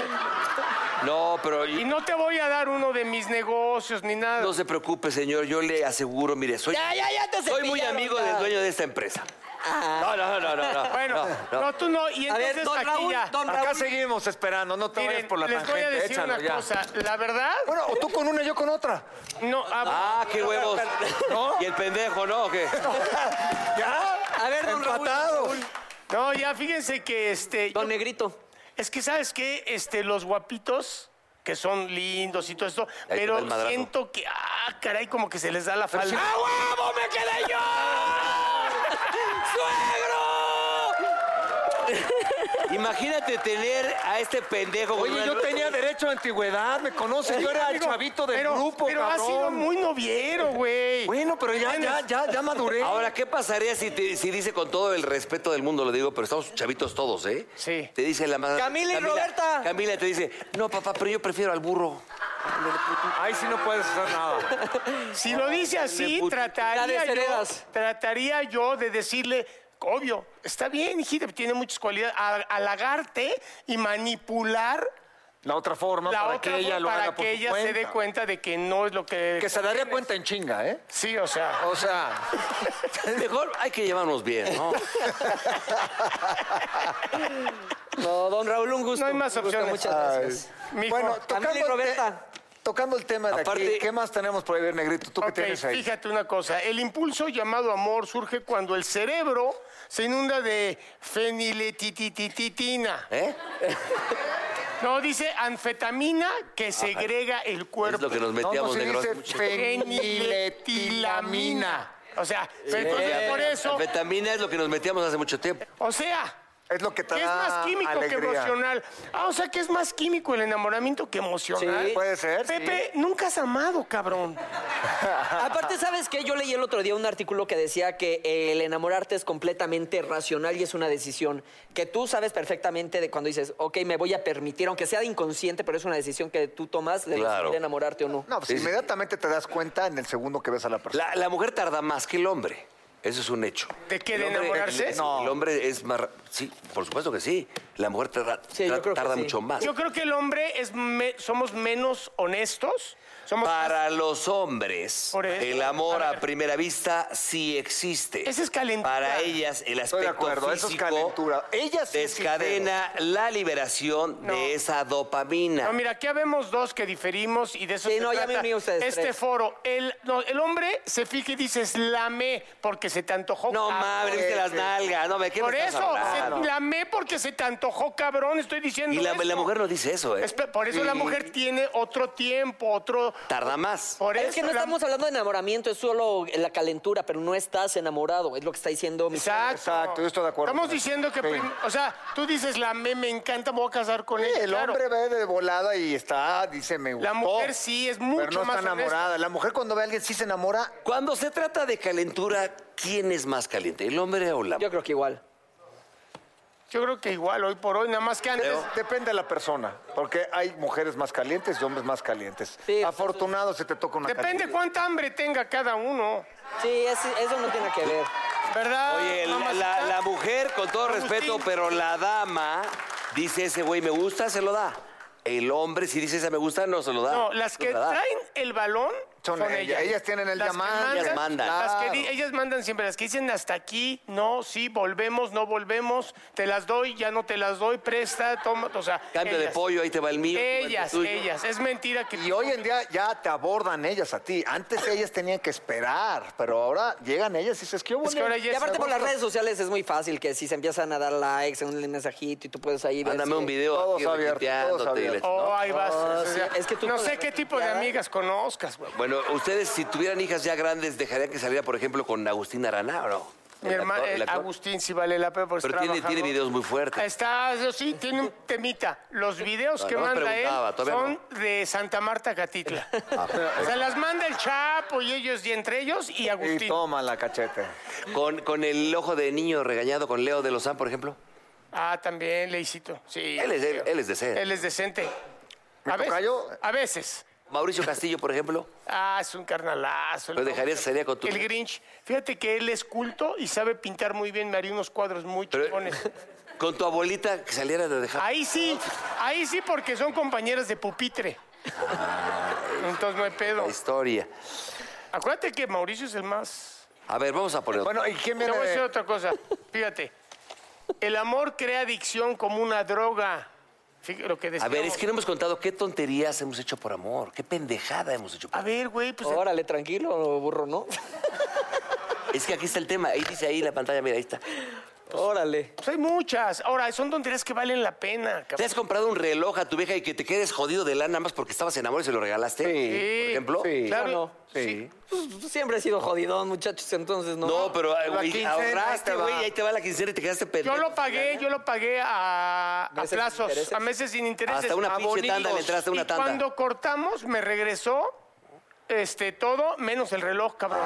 [SPEAKER 1] No, pero
[SPEAKER 2] Y no te voy a dar uno de mis negocios ni nada.
[SPEAKER 1] no se preocupe, señor. Yo le aseguro, mire, soy,
[SPEAKER 4] Ya, ya, ya te
[SPEAKER 1] soy muy
[SPEAKER 4] cepillaron,
[SPEAKER 1] amigo
[SPEAKER 4] ya.
[SPEAKER 1] del dueño de esta empresa. No, no, no, no, no.
[SPEAKER 2] Ah. Bueno,
[SPEAKER 1] no,
[SPEAKER 2] no,
[SPEAKER 1] no.
[SPEAKER 2] tú no. Y
[SPEAKER 4] A ver,
[SPEAKER 2] entonces
[SPEAKER 4] don
[SPEAKER 2] aquí
[SPEAKER 4] Raúl,
[SPEAKER 2] ya.
[SPEAKER 4] don
[SPEAKER 3] Acá
[SPEAKER 4] Raúl.
[SPEAKER 3] seguimos esperando, no te
[SPEAKER 2] Miren,
[SPEAKER 3] vayas por la
[SPEAKER 2] les
[SPEAKER 3] tangente.
[SPEAKER 2] voy a decir
[SPEAKER 3] échalo,
[SPEAKER 2] una
[SPEAKER 3] ya.
[SPEAKER 2] cosa. La verdad,
[SPEAKER 3] Bueno, o tú con una, yo con otra.
[SPEAKER 2] no. ah,
[SPEAKER 1] Ah, qué huevos. Y el pendejo, ¿no? ¿O qué?
[SPEAKER 3] ¿Ya?
[SPEAKER 4] A ver, don Raúl,
[SPEAKER 3] Empatados.
[SPEAKER 2] No, ya fíjense que este.
[SPEAKER 4] Don
[SPEAKER 2] yo-
[SPEAKER 4] Negrito.
[SPEAKER 2] es que, ¿sabes qué? Este, los guapitos, que son lindos y todo esto,
[SPEAKER 1] Ahí te va el
[SPEAKER 2] pero
[SPEAKER 1] madrazo.
[SPEAKER 2] siento que. Ah, caray, como que se les da la falda.
[SPEAKER 4] ¡A huevo me quedé yo! ¡Suegro!
[SPEAKER 1] Imagínate tener a este pendejo. con
[SPEAKER 3] Oye,
[SPEAKER 1] una-
[SPEAKER 3] yo tenía derecho a antigüedad, me conoces, yo era el
[SPEAKER 2] Amigo,
[SPEAKER 3] chavito del
[SPEAKER 2] pero-
[SPEAKER 3] grupo,
[SPEAKER 2] Pero
[SPEAKER 3] cabrón.
[SPEAKER 2] ha sido muy noviero, güey.
[SPEAKER 3] Bueno, pero ya, ya, ya, ya maduré.
[SPEAKER 2] Ah,
[SPEAKER 1] Ahora, ¿qué pasaría si, te- si dice con todo el respeto del mundo, lo digo, pero estamos chavitos todos, ¿eh?
[SPEAKER 2] Sí.
[SPEAKER 1] Te dice la madre.
[SPEAKER 4] Camila y Roberta.
[SPEAKER 1] Camila te dice, no, papá, pero yo prefiero al burro.
[SPEAKER 3] Ahí sí no puedes hacer nada.
[SPEAKER 2] Si lo dice así,
[SPEAKER 1] puto.
[SPEAKER 4] La
[SPEAKER 2] trataría yo,
[SPEAKER 4] desheredas.
[SPEAKER 2] trataría yo de decirle, obvio, está bien, hijita, tiene muchas cualidades, a- halagarte y manipular
[SPEAKER 3] La otra forma
[SPEAKER 2] la
[SPEAKER 3] para
[SPEAKER 2] otra
[SPEAKER 3] que ella
[SPEAKER 2] forma
[SPEAKER 3] lo
[SPEAKER 2] para
[SPEAKER 3] haga por
[SPEAKER 2] que
[SPEAKER 3] su
[SPEAKER 2] ella se dé cuenta de que no es lo que...
[SPEAKER 3] Que se daría cuenta en chinga, ¿eh?
[SPEAKER 2] Sí, o sea...
[SPEAKER 3] O sea,
[SPEAKER 1] Mejor hay que llevarnos bien, ¿no?
[SPEAKER 4] No, don Raúl, un gusto.
[SPEAKER 2] No hay más
[SPEAKER 4] Un gusto,
[SPEAKER 2] opciones.
[SPEAKER 4] Muchas gracias.
[SPEAKER 2] Mijo.
[SPEAKER 3] bueno, tocando,
[SPEAKER 4] Camila y
[SPEAKER 3] el te-
[SPEAKER 4] Roberta.
[SPEAKER 3] tocando el tema de
[SPEAKER 1] Aparte-
[SPEAKER 3] aquí, ¿qué más tenemos por ahí, ver, Negrito? ¿Tú qué
[SPEAKER 2] Ok,
[SPEAKER 3] tienes ahí?
[SPEAKER 2] Fíjate una cosa, el impulso llamado amor surge cuando el cerebro se inunda de feniletitititina.
[SPEAKER 1] ¿Eh?
[SPEAKER 2] No, dice anfetamina que segrega el
[SPEAKER 1] Es
[SPEAKER 2] cuerpo.
[SPEAKER 1] lo que nos
[SPEAKER 3] No, no,
[SPEAKER 1] metíamos,
[SPEAKER 3] se
[SPEAKER 1] negros.
[SPEAKER 3] dice
[SPEAKER 1] Mucho.
[SPEAKER 3] feniletilamina.
[SPEAKER 2] Feniletilamina. O sea, pero entonces por eso,
[SPEAKER 1] Anfetamina es lo que nos metíamos hace mucho tiempo.
[SPEAKER 2] o sea,
[SPEAKER 3] Es lo que te
[SPEAKER 2] que es
[SPEAKER 3] da
[SPEAKER 2] más químico que
[SPEAKER 3] alegría.
[SPEAKER 2] emocional. Ah, o sea, que es más químico el enamoramiento que emocional.
[SPEAKER 4] Sí.
[SPEAKER 3] Puede ser, sí.
[SPEAKER 2] Pepe, nunca has amado, cabrón.
[SPEAKER 4] Aparte, ¿sabes qué? Yo leí el otro día un artículo que decía que el enamorarte es completamente racional y es una decisión que tú sabes perfectamente de cuando dices, ok, me voy a permitir, aunque sea de inconsciente, pero es una decisión que tú tomas de
[SPEAKER 1] Claro.
[SPEAKER 4] decidir enamorarte o no.
[SPEAKER 3] No, pues
[SPEAKER 1] Sí, sí.
[SPEAKER 3] inmediatamente te das cuenta en el segundo que ves a la persona.
[SPEAKER 1] La, la mujer tarda más que el hombre. Eso es un hecho.
[SPEAKER 2] ¿De qué,
[SPEAKER 1] El
[SPEAKER 2] de
[SPEAKER 1] hombre-
[SPEAKER 2] enamorarse?
[SPEAKER 1] el- El hombre es más... ra- Sí, por supuesto que sí. La mujer tarda,
[SPEAKER 4] Sí, yo
[SPEAKER 1] tra-
[SPEAKER 4] creo que
[SPEAKER 1] tarda
[SPEAKER 4] sí.
[SPEAKER 1] mucho más.
[SPEAKER 2] Yo creo que el hombre es me- somos menos honestos. Somos
[SPEAKER 1] Para los hombres,
[SPEAKER 2] Por eso.
[SPEAKER 1] el amor
[SPEAKER 2] A
[SPEAKER 1] a
[SPEAKER 2] ver.
[SPEAKER 1] primera vista sí existe.
[SPEAKER 2] Esa es calentura.
[SPEAKER 1] Para ellas, el aspecto
[SPEAKER 3] Estoy de acuerdo, eso es
[SPEAKER 1] físico
[SPEAKER 3] calentura. Ellas sí es
[SPEAKER 1] descadena la liberación
[SPEAKER 2] No.
[SPEAKER 1] de esa dopamina.
[SPEAKER 2] No, mira, aquí habemos dos que diferimos y de eso
[SPEAKER 4] Sí,
[SPEAKER 2] se
[SPEAKER 4] no, ya me
[SPEAKER 2] trata
[SPEAKER 4] uní a ustedes
[SPEAKER 2] este
[SPEAKER 4] tres.
[SPEAKER 2] foro. El, no, el hombre se fija y dice, "Lame", porque se te antojó.
[SPEAKER 1] No
[SPEAKER 2] cabrón".
[SPEAKER 1] mames, viste las nalgas. No, ¿de qué me
[SPEAKER 2] ah, Por
[SPEAKER 1] estás
[SPEAKER 2] eso,
[SPEAKER 1] hablando?
[SPEAKER 2] se- lamé porque se te antojó, cabrón, estoy diciendo
[SPEAKER 1] Y la,
[SPEAKER 2] eso.
[SPEAKER 1] la mujer no dice eso, ¿eh?
[SPEAKER 2] Es pe- por eso la mujer tiene otro tiempo, otro...
[SPEAKER 1] Tarda más.
[SPEAKER 2] Por
[SPEAKER 4] Es
[SPEAKER 2] eso
[SPEAKER 4] que no
[SPEAKER 2] la-
[SPEAKER 4] estamos hablando de enamoramiento, es solo la calentura, pero no estás enamorado, es lo que está diciendo mi
[SPEAKER 2] Exacto.
[SPEAKER 3] Exacto, yo estoy de acuerdo
[SPEAKER 2] Estamos
[SPEAKER 3] con eso.
[SPEAKER 2] diciendo que...
[SPEAKER 3] Sí.
[SPEAKER 2] prim- O sea, tú dices, "Lamé, me encanta, me voy a casar con
[SPEAKER 3] Sí,
[SPEAKER 2] él.
[SPEAKER 3] el hombre ve de volada y está, dice, me gustó.
[SPEAKER 2] La mujer sí es mucho
[SPEAKER 3] Pero no
[SPEAKER 2] más
[SPEAKER 3] está
[SPEAKER 2] honesta.
[SPEAKER 3] enamorada. La mujer cuando ve a alguien sí se enamora.
[SPEAKER 1] Cuando se trata de calentura, ¿quién es más caliente? ¿El hombre o la
[SPEAKER 4] Yo
[SPEAKER 1] mujer?
[SPEAKER 4] creo que igual.
[SPEAKER 2] Yo creo que igual, hoy por hoy, nada más que antes...
[SPEAKER 3] Es- depende de la persona, porque hay mujeres más calientes y hombres más calientes.
[SPEAKER 4] Sí,
[SPEAKER 3] Afortunado se te toca una
[SPEAKER 2] Depende
[SPEAKER 3] caliente.
[SPEAKER 2] cuánta hambre tenga cada uno,
[SPEAKER 4] Sí, es- eso no tiene que ver.
[SPEAKER 2] ¿verdad?
[SPEAKER 1] Oye, la,
[SPEAKER 2] Ah, mamacita?
[SPEAKER 1] la- la mujer, con todo
[SPEAKER 2] Agustín.
[SPEAKER 1] respeto, pero la dama dice ese güey me gusta, se lo da. El hombre, si dice ese me gusta, no se lo da.
[SPEAKER 2] No, las que
[SPEAKER 1] No se lo da.
[SPEAKER 2] traen el balón
[SPEAKER 3] Son
[SPEAKER 2] son,
[SPEAKER 3] ellas.
[SPEAKER 2] ellas.
[SPEAKER 3] Ellas tienen el
[SPEAKER 2] Las que
[SPEAKER 3] diamante.
[SPEAKER 1] Ellas mandan.
[SPEAKER 2] Las que
[SPEAKER 3] Claro.
[SPEAKER 2] di- ellas mandan siempre, las que dicen hasta aquí, no, sí, volvemos, no volvemos, te las doy, ya no te las doy, presta, toma, o sea.
[SPEAKER 1] Cambio de
[SPEAKER 2] ellas.
[SPEAKER 1] pollo, ahí te va el mío. tú el
[SPEAKER 2] Ellas,
[SPEAKER 1] tuyo.
[SPEAKER 2] ellas. Es mentira que.
[SPEAKER 3] Y hoy en día ya te abordan ellas a ti. Antes ellas tenían que esperar, pero ahora llegan ellas y dices, ¿qué hubo?
[SPEAKER 2] Es que ahora
[SPEAKER 3] nene?".
[SPEAKER 2] ya
[SPEAKER 4] Y aparte por
[SPEAKER 2] la
[SPEAKER 4] las redes sociales es muy fácil que si se empiezan a dar likes, un mensajito y tú puedes ahí ver.
[SPEAKER 1] Mándame
[SPEAKER 4] si-
[SPEAKER 1] un video
[SPEAKER 3] Todos
[SPEAKER 1] aquí
[SPEAKER 3] abiertos,
[SPEAKER 1] retuiteándote
[SPEAKER 3] todos
[SPEAKER 1] y le-
[SPEAKER 3] abiertos.
[SPEAKER 2] Oh, ahí vas. o sea,
[SPEAKER 4] sí, es que tú
[SPEAKER 2] no
[SPEAKER 4] con
[SPEAKER 2] sé
[SPEAKER 4] la
[SPEAKER 2] qué tipo de
[SPEAKER 4] retuiteada-
[SPEAKER 2] amigas conozcas, güey.
[SPEAKER 1] Bueno, ustedes, si tuvieran hijas ya grandes, ¿dejarían que saliera, por ejemplo, con Agustín Arana o no?
[SPEAKER 2] Mi
[SPEAKER 1] El
[SPEAKER 2] hermano,
[SPEAKER 1] actor- el
[SPEAKER 2] eh,
[SPEAKER 1] actor.
[SPEAKER 2] Agustín, sí vale la pena porque
[SPEAKER 1] Pero
[SPEAKER 2] es
[SPEAKER 1] tiene,
[SPEAKER 2] trabajador.
[SPEAKER 1] tiene videos muy fuertes.
[SPEAKER 2] Está, eso sí, tiene un temita. Los videos
[SPEAKER 1] No,
[SPEAKER 2] que
[SPEAKER 1] no me
[SPEAKER 2] manda él
[SPEAKER 1] preguntaba, todavía Ah.
[SPEAKER 2] son de Santa Marta Catitla. Se las manda el Chapo y ellos, y entre ellos, y
[SPEAKER 3] Y
[SPEAKER 2] Agustín.
[SPEAKER 3] toma la cachete.
[SPEAKER 1] Con, con el ojo de niño regañado con Leo de Lozán, por ejemplo.
[SPEAKER 2] Ah, también, Leicito. Sí.
[SPEAKER 1] Él es, él, él es de ser.
[SPEAKER 2] Él es decente.
[SPEAKER 3] ¿Mi
[SPEAKER 2] a, veces,
[SPEAKER 3] tocayo?
[SPEAKER 2] a veces.
[SPEAKER 1] Mauricio Castillo, por ejemplo.
[SPEAKER 2] Ah, es un carnalazo.
[SPEAKER 1] ¿Lo dejarías que Pues sería con tu-
[SPEAKER 2] El Grinch. Fíjate que él es culto y sabe pintar muy bien. Me haría unos cuadros muy
[SPEAKER 1] Pero-
[SPEAKER 2] chingones.
[SPEAKER 1] Con tu abuelita que saliera de dejar.
[SPEAKER 2] Ahí sí, ahí sí porque son compañeras de pupitre. Entonces no hay pedo.
[SPEAKER 1] La historia.
[SPEAKER 2] Acuérdate que Mauricio es el más...
[SPEAKER 1] A ver, vamos a poner. otro.
[SPEAKER 3] Bueno, ¿y quién
[SPEAKER 2] Te
[SPEAKER 3] viene?
[SPEAKER 2] voy a
[SPEAKER 4] eh.
[SPEAKER 3] de-
[SPEAKER 2] decir otra cosa. Fíjate. El amor crea adicción como una droga. Fíjate lo que
[SPEAKER 1] a
[SPEAKER 2] decíamos.
[SPEAKER 1] ver, es que no hemos contado qué tonterías hemos hecho por amor, qué pendejada hemos hecho por
[SPEAKER 2] A ver, güey, pues...
[SPEAKER 4] Órale, tranquilo, burro, ¿no?
[SPEAKER 1] Es que aquí está el tema, ahí dice ahí la pantalla, mira, ahí está.
[SPEAKER 4] Órale.
[SPEAKER 2] pues hay muchas. Ahora, son tonterías que valen la pena.
[SPEAKER 1] ¿Te
[SPEAKER 2] cabrón.
[SPEAKER 1] has comprado un reloj a tu vieja y que te quedes jodido de lana nada más porque estabas enamorado y se lo regalaste?
[SPEAKER 3] Sí.
[SPEAKER 1] Por ejemplo.
[SPEAKER 3] Sí.
[SPEAKER 2] Claro.
[SPEAKER 4] no?
[SPEAKER 3] Sí.
[SPEAKER 4] Pues, siempre he sido jodidón, muchachos, entonces no.
[SPEAKER 1] No, pero ay,
[SPEAKER 3] La
[SPEAKER 1] güey,
[SPEAKER 3] quincena,
[SPEAKER 1] ahorraste,
[SPEAKER 3] ahí te va.
[SPEAKER 1] güey, ahí te va la quincena y te quedaste pendejo.
[SPEAKER 2] Yo lo pagué, yo lo pagué a, a
[SPEAKER 4] ¿Meses sin
[SPEAKER 2] plazos,
[SPEAKER 4] intereses?
[SPEAKER 2] a meses sin intereses.
[SPEAKER 1] Hasta una
[SPEAKER 2] a
[SPEAKER 1] pinche
[SPEAKER 2] bonitos.
[SPEAKER 1] tanda le entraste, una
[SPEAKER 2] y
[SPEAKER 1] tanda.
[SPEAKER 2] cuando cortamos, me regresó este, todo, menos el reloj, cabrón.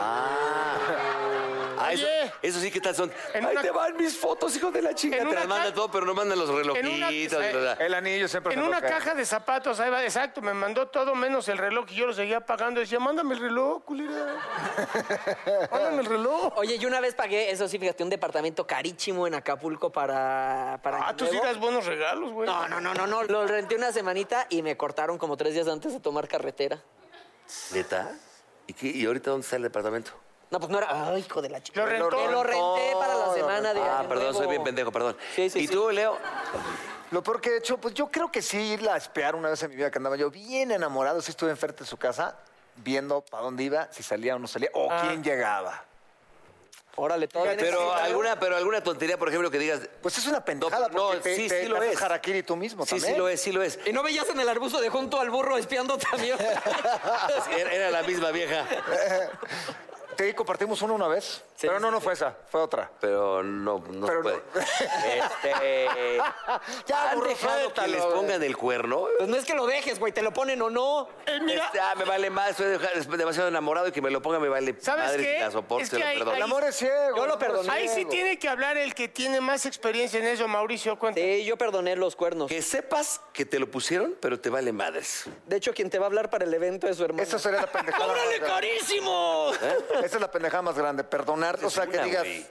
[SPEAKER 1] Ah, eso,
[SPEAKER 2] Oye.
[SPEAKER 1] eso sí, ¿qué tal son?
[SPEAKER 2] En
[SPEAKER 1] Ahí
[SPEAKER 2] una-
[SPEAKER 1] te van mis fotos, hijo de la chingada.
[SPEAKER 2] En
[SPEAKER 1] Te las
[SPEAKER 2] una
[SPEAKER 1] manda
[SPEAKER 2] ca-
[SPEAKER 1] todo, pero no mandan los
[SPEAKER 2] en una-
[SPEAKER 1] relojitos.
[SPEAKER 2] eh,
[SPEAKER 1] bla, bla.
[SPEAKER 3] El anillo siempre
[SPEAKER 2] En
[SPEAKER 3] se
[SPEAKER 2] una
[SPEAKER 3] toca.
[SPEAKER 2] caja de zapatos, ahí va, exacto, me mandó todo menos el reloj y yo lo seguía pagando. Decía, mándame el reloj, culera. mándame el reloj.
[SPEAKER 4] Oye, yo una vez pagué, eso sí, fíjate, un departamento carísimo en Acapulco para. para
[SPEAKER 2] Ah, tú sí
[SPEAKER 4] luego-
[SPEAKER 2] das buenos regalos, güey.
[SPEAKER 4] No, no, no, no, no. Lo renté una semanita y me cortaron como tres días antes de tomar carretera.
[SPEAKER 1] ¿Neta? ¿Y, qué? ¿Y ahorita dónde está el departamento?
[SPEAKER 4] No, pues no era. Ay, hijo de la chica.
[SPEAKER 2] Lo rentó.
[SPEAKER 4] Que lo renté para la semana de.
[SPEAKER 1] Ah,
[SPEAKER 4] Año
[SPEAKER 1] perdón, soy
[SPEAKER 4] Nuevo.
[SPEAKER 1] bien pendejo, perdón.
[SPEAKER 4] Sí, sí,
[SPEAKER 1] ¿Y
[SPEAKER 4] sí.
[SPEAKER 1] tú, Leo?
[SPEAKER 3] Lo peor que he hecho, pues yo creo que sí irla a espiar una vez en mi vida que andaba yo bien enamorado. Sí estuve enfrente de su casa viendo para dónde iba, si salía o no salía, o
[SPEAKER 1] Ah.
[SPEAKER 3] quién llegaba.
[SPEAKER 4] Órale, todo. bien
[SPEAKER 1] Pero
[SPEAKER 4] excitado.
[SPEAKER 1] alguna, pero alguna tontería, por ejemplo, que digas.
[SPEAKER 3] Pues es una pendejada
[SPEAKER 1] No,
[SPEAKER 3] porque
[SPEAKER 1] no,
[SPEAKER 3] te,
[SPEAKER 1] sí,
[SPEAKER 3] te-
[SPEAKER 1] sí
[SPEAKER 3] te
[SPEAKER 1] lo
[SPEAKER 3] haces
[SPEAKER 1] es.
[SPEAKER 3] harakiri tú mismo
[SPEAKER 1] Sí,
[SPEAKER 3] también.
[SPEAKER 1] sí lo es, sí lo es.
[SPEAKER 4] Y no veías en el arbusto de junto al burro espiando también.
[SPEAKER 1] Era era la misma vieja.
[SPEAKER 3] Te compartimos uno una vez, pero no, no fue esa, fue otra.
[SPEAKER 1] Pero no, no
[SPEAKER 3] Pero
[SPEAKER 1] se puede.
[SPEAKER 3] no.
[SPEAKER 1] Este,
[SPEAKER 3] Ya,
[SPEAKER 1] ¿Han
[SPEAKER 3] burro,
[SPEAKER 1] dejado que
[SPEAKER 3] suéltalo,
[SPEAKER 1] les
[SPEAKER 3] güey.
[SPEAKER 1] pongan el cuerno?
[SPEAKER 2] Eh,
[SPEAKER 4] pues no es que lo dejes, güey, te lo ponen o no.
[SPEAKER 1] Este, ah, me vale más, soy deja- demasiado enamorado y que me lo ponga me vale
[SPEAKER 2] ¿Sabes
[SPEAKER 1] madre
[SPEAKER 2] qué?
[SPEAKER 1] si la soporto,
[SPEAKER 2] Es
[SPEAKER 1] se
[SPEAKER 2] que
[SPEAKER 1] lo
[SPEAKER 2] hay-
[SPEAKER 1] perdono.
[SPEAKER 3] El amor es ciego.
[SPEAKER 4] Yo lo
[SPEAKER 3] el amor es
[SPEAKER 4] perdoné.
[SPEAKER 2] Ahí sí
[SPEAKER 3] ciego.
[SPEAKER 2] tiene que hablar el que tiene más experiencia en eso, Mauricio. Cuenta.
[SPEAKER 4] Sí, yo perdoné los cuernos.
[SPEAKER 1] Que sepas que te lo pusieron, pero te vale madres.
[SPEAKER 4] De hecho, quien te va a hablar para el evento es su hermano.
[SPEAKER 3] Esa sería la pendejada. más
[SPEAKER 4] ¡Cóbrale
[SPEAKER 3] grande.
[SPEAKER 4] carísimo!
[SPEAKER 3] Esa es la pendejada más grande, perdonar, o sea,
[SPEAKER 1] Es
[SPEAKER 3] que
[SPEAKER 1] una,
[SPEAKER 3] digas...
[SPEAKER 1] güey.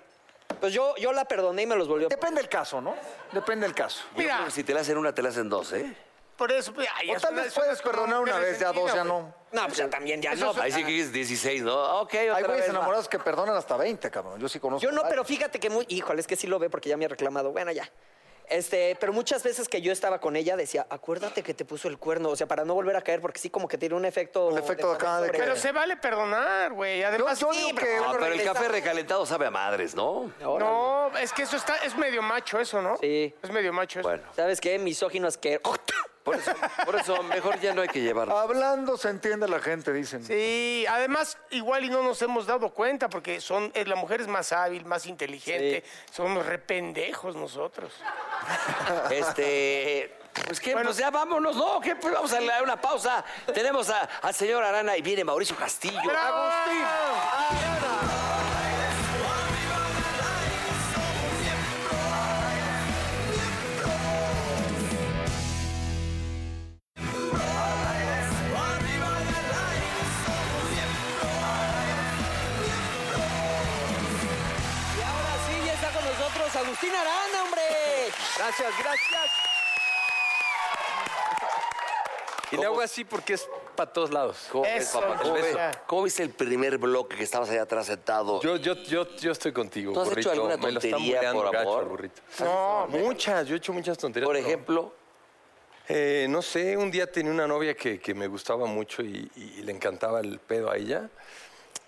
[SPEAKER 4] Pues yo, yo la perdoné y me los volvió. a-
[SPEAKER 3] Depende el caso, ¿no? Depende el caso.
[SPEAKER 1] Yo
[SPEAKER 2] Mira.
[SPEAKER 1] creo que si te la hacen una, te la hacen dos, ¿eh?
[SPEAKER 2] Por eso, pues, ay,
[SPEAKER 3] O
[SPEAKER 2] ya
[SPEAKER 3] tal
[SPEAKER 2] suena-
[SPEAKER 3] vez
[SPEAKER 2] suena
[SPEAKER 3] puedes
[SPEAKER 2] como
[SPEAKER 3] perdonar una
[SPEAKER 2] mujer
[SPEAKER 3] vez, ya dos, ya
[SPEAKER 2] resentida,
[SPEAKER 3] no.
[SPEAKER 4] No, pues ya también, ya no.
[SPEAKER 1] Ahí sí que es 16, ¿no? Ok, otra
[SPEAKER 3] Hay güeyes
[SPEAKER 1] vez va.
[SPEAKER 3] enamorados que perdonan hasta 20, cabrón. Yo sí conozco.
[SPEAKER 4] Yo no,
[SPEAKER 3] varios.
[SPEAKER 4] pero fíjate que muy. Híjole, es que sí lo ve porque ya me ha reclamado. Bueno, ya. Este, pero muchas veces que yo estaba con ella decía, acuérdate que te puso el cuerno, o sea, para no volver a caer, porque sí como que tiene un efecto.
[SPEAKER 3] El efecto acá de
[SPEAKER 4] sobre-
[SPEAKER 3] que-
[SPEAKER 2] Pero se vale perdonar, güey. Además,
[SPEAKER 3] yo
[SPEAKER 2] sí,
[SPEAKER 3] digo
[SPEAKER 2] pero-
[SPEAKER 3] que-
[SPEAKER 5] Ah,
[SPEAKER 1] No, pero el
[SPEAKER 4] regresa.
[SPEAKER 1] café recalentado sabe a madres, ¿no?
[SPEAKER 4] Órale.
[SPEAKER 2] No, es que eso está, es medio macho eso, ¿no?
[SPEAKER 4] Sí.
[SPEAKER 2] Es medio macho eso.
[SPEAKER 1] Bueno,
[SPEAKER 4] ¿Sabes qué? Misógino es que.
[SPEAKER 5] ¡Oh,
[SPEAKER 1] por eso, por eso mejor ya no hay que llevarlo.
[SPEAKER 3] Hablando se entiende la gente, dicen.
[SPEAKER 2] Sí, además, igual y no nos hemos dado cuenta porque son, eh, la mujer es más hábil, más inteligente. Somos rependejos nosotros.
[SPEAKER 1] Este. Pues que, pues ya vámonos, ¿no? ¿Qué? Pues vamos a dar una pausa. Tenemos a- al señor Arana y viene Mauricio Castillo.
[SPEAKER 2] ¡Agustín!
[SPEAKER 4] Y ahora sí, ya está con nosotros Agustín Arana, hombre. Gracias, gracias.
[SPEAKER 5] Y le hago así porque es para todos lados.
[SPEAKER 1] ¿Cómo, ves,
[SPEAKER 2] Eso,
[SPEAKER 1] papá? ¿Cómo
[SPEAKER 2] el
[SPEAKER 1] ves-
[SPEAKER 2] beso.
[SPEAKER 1] cómo viste el primer bloque que estabas allá atrás sentado?
[SPEAKER 5] Yo, yo, yo, yo estoy contigo,
[SPEAKER 1] ¿Tú has hecho
[SPEAKER 5] burrito.
[SPEAKER 1] alguna
[SPEAKER 5] Me lo está
[SPEAKER 1] tontería
[SPEAKER 5] buleando
[SPEAKER 1] por
[SPEAKER 5] gacho
[SPEAKER 1] amor?
[SPEAKER 5] el burrito.
[SPEAKER 2] No,
[SPEAKER 5] Muchas, yo he hecho muchas tonterías.
[SPEAKER 1] por
[SPEAKER 5] pero-
[SPEAKER 1] ejemplo,
[SPEAKER 5] Eh, no sé, un día tenía una novia que, que me gustaba mucho y, y le encantaba el pedo a ella.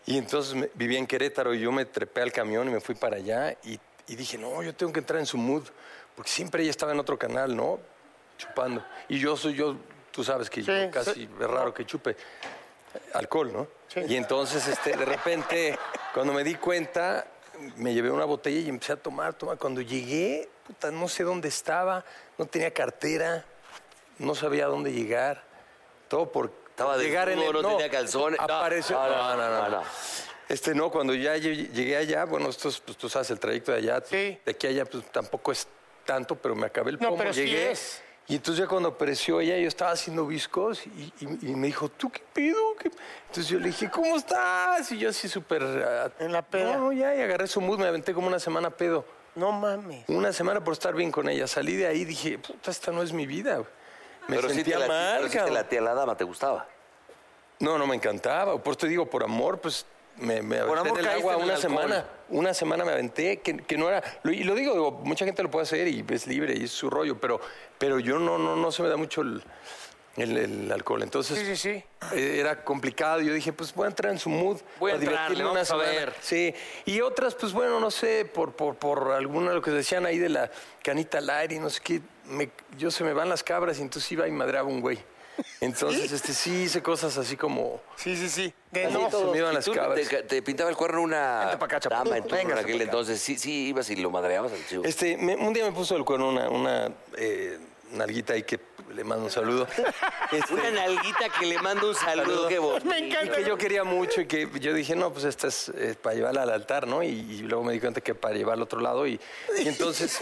[SPEAKER 5] Y entonces me- vivía en Querétaro y yo me trepé al camión y me fui para allá y, y dije, no, yo tengo que entrar en su mood, porque siempre ella estaba en otro canal, ¿no? Chupando. Y yo soy yo, tú sabes que yo casi es raro que chupe alcohol, ¿no? Y entonces, este, de repente, cuando me di cuenta, me llevé una botella y empecé a tomar, tomar. Cuando llegué, puta, no sé dónde estaba, no tenía cartera, no sabía a dónde llegar. Todo por
[SPEAKER 1] Estaba
[SPEAKER 5] llegar
[SPEAKER 1] desnudo, no tenía calzones. No,
[SPEAKER 5] Apareció.
[SPEAKER 1] no, no, no, no.
[SPEAKER 5] Este, no, cuando ya lle- llegué allá, bueno, esto es, pues, tú sabes, el trayecto de allá,
[SPEAKER 2] Sí.
[SPEAKER 5] de aquí a allá, pues tampoco es tanto, pero me acabé el
[SPEAKER 2] No,
[SPEAKER 5] pomo,
[SPEAKER 2] pero sí
[SPEAKER 5] llegué.
[SPEAKER 2] es.
[SPEAKER 5] Y entonces ya cuando apareció ella, yo estaba haciendo viscos y, y- y me dijo, ¿tú qué pedo? ¿Qué-?" Entonces yo le dije, ¿cómo estás? Y yo así súper... ah,
[SPEAKER 2] En la peda.
[SPEAKER 5] No, ya, y agarré su mood, me aventé como una semana pedo.
[SPEAKER 2] no mames.
[SPEAKER 5] Una semana por estar bien con ella. Salí de ahí y dije, puta, esta no es mi vida. güey". Me
[SPEAKER 1] pero sí te
[SPEAKER 5] sentía
[SPEAKER 1] la-
[SPEAKER 5] mal,
[SPEAKER 1] pero sí te
[SPEAKER 5] cabrón.
[SPEAKER 1] latía la dama, ¿te gustaba?
[SPEAKER 5] No, no me encantaba. Por eso te digo, por amor, pues me, me aventé
[SPEAKER 3] amor
[SPEAKER 5] en el
[SPEAKER 3] caíste
[SPEAKER 5] agua
[SPEAKER 3] en el
[SPEAKER 5] una
[SPEAKER 3] alcohol.
[SPEAKER 5] semana. Una semana me aventé, que, que no era. lo- y lo digo, digo, mucha gente lo puede hacer y es libre y es su rollo, pero, pero yo no, no, no se me da mucho el, el- el alcohol. Entonces.
[SPEAKER 2] Sí, sí, sí.
[SPEAKER 5] eh, Era complicado. Yo dije, pues voy a entrar en su mood.
[SPEAKER 3] Voy a
[SPEAKER 5] para
[SPEAKER 3] entrar,
[SPEAKER 5] divertirme
[SPEAKER 3] le vamos a ver.
[SPEAKER 5] Sí. Y otras, pues bueno, no sé, por, por, por alguna lo que decían ahí de la canita al aire y no sé qué. me- yo se me van las cabras y entonces iba y madreaba un güey. Entonces, este, sí hice cosas así como.
[SPEAKER 2] Sí, sí, sí. De
[SPEAKER 5] Así
[SPEAKER 2] no.
[SPEAKER 5] todo. Se me iban
[SPEAKER 1] ¿Y
[SPEAKER 5] las
[SPEAKER 1] tú
[SPEAKER 5] cabras.
[SPEAKER 1] Te, te pintaba el cuerno una
[SPEAKER 3] Vente pa' acá, chapo.
[SPEAKER 1] dama en tu
[SPEAKER 3] Venga,
[SPEAKER 1] en
[SPEAKER 3] se
[SPEAKER 1] aquel
[SPEAKER 3] pica.
[SPEAKER 1] entonces. Sí, sí, ibas y lo madreabas al chivo.
[SPEAKER 5] Este, me- un día me puso el cuerno una, una, eh, nalguita ahí que le mando un saludo. Este,
[SPEAKER 1] Una nalguita que le mando un saludo.
[SPEAKER 5] Saludo.
[SPEAKER 1] Qué bonito.
[SPEAKER 2] Me
[SPEAKER 5] y
[SPEAKER 2] encanta.
[SPEAKER 5] que yo quería mucho y que yo dije, no, pues esta es eh, para llevarla al altar, ¿no? Y, y luego me di cuenta que para llevarla al otro lado. Y, y entonces,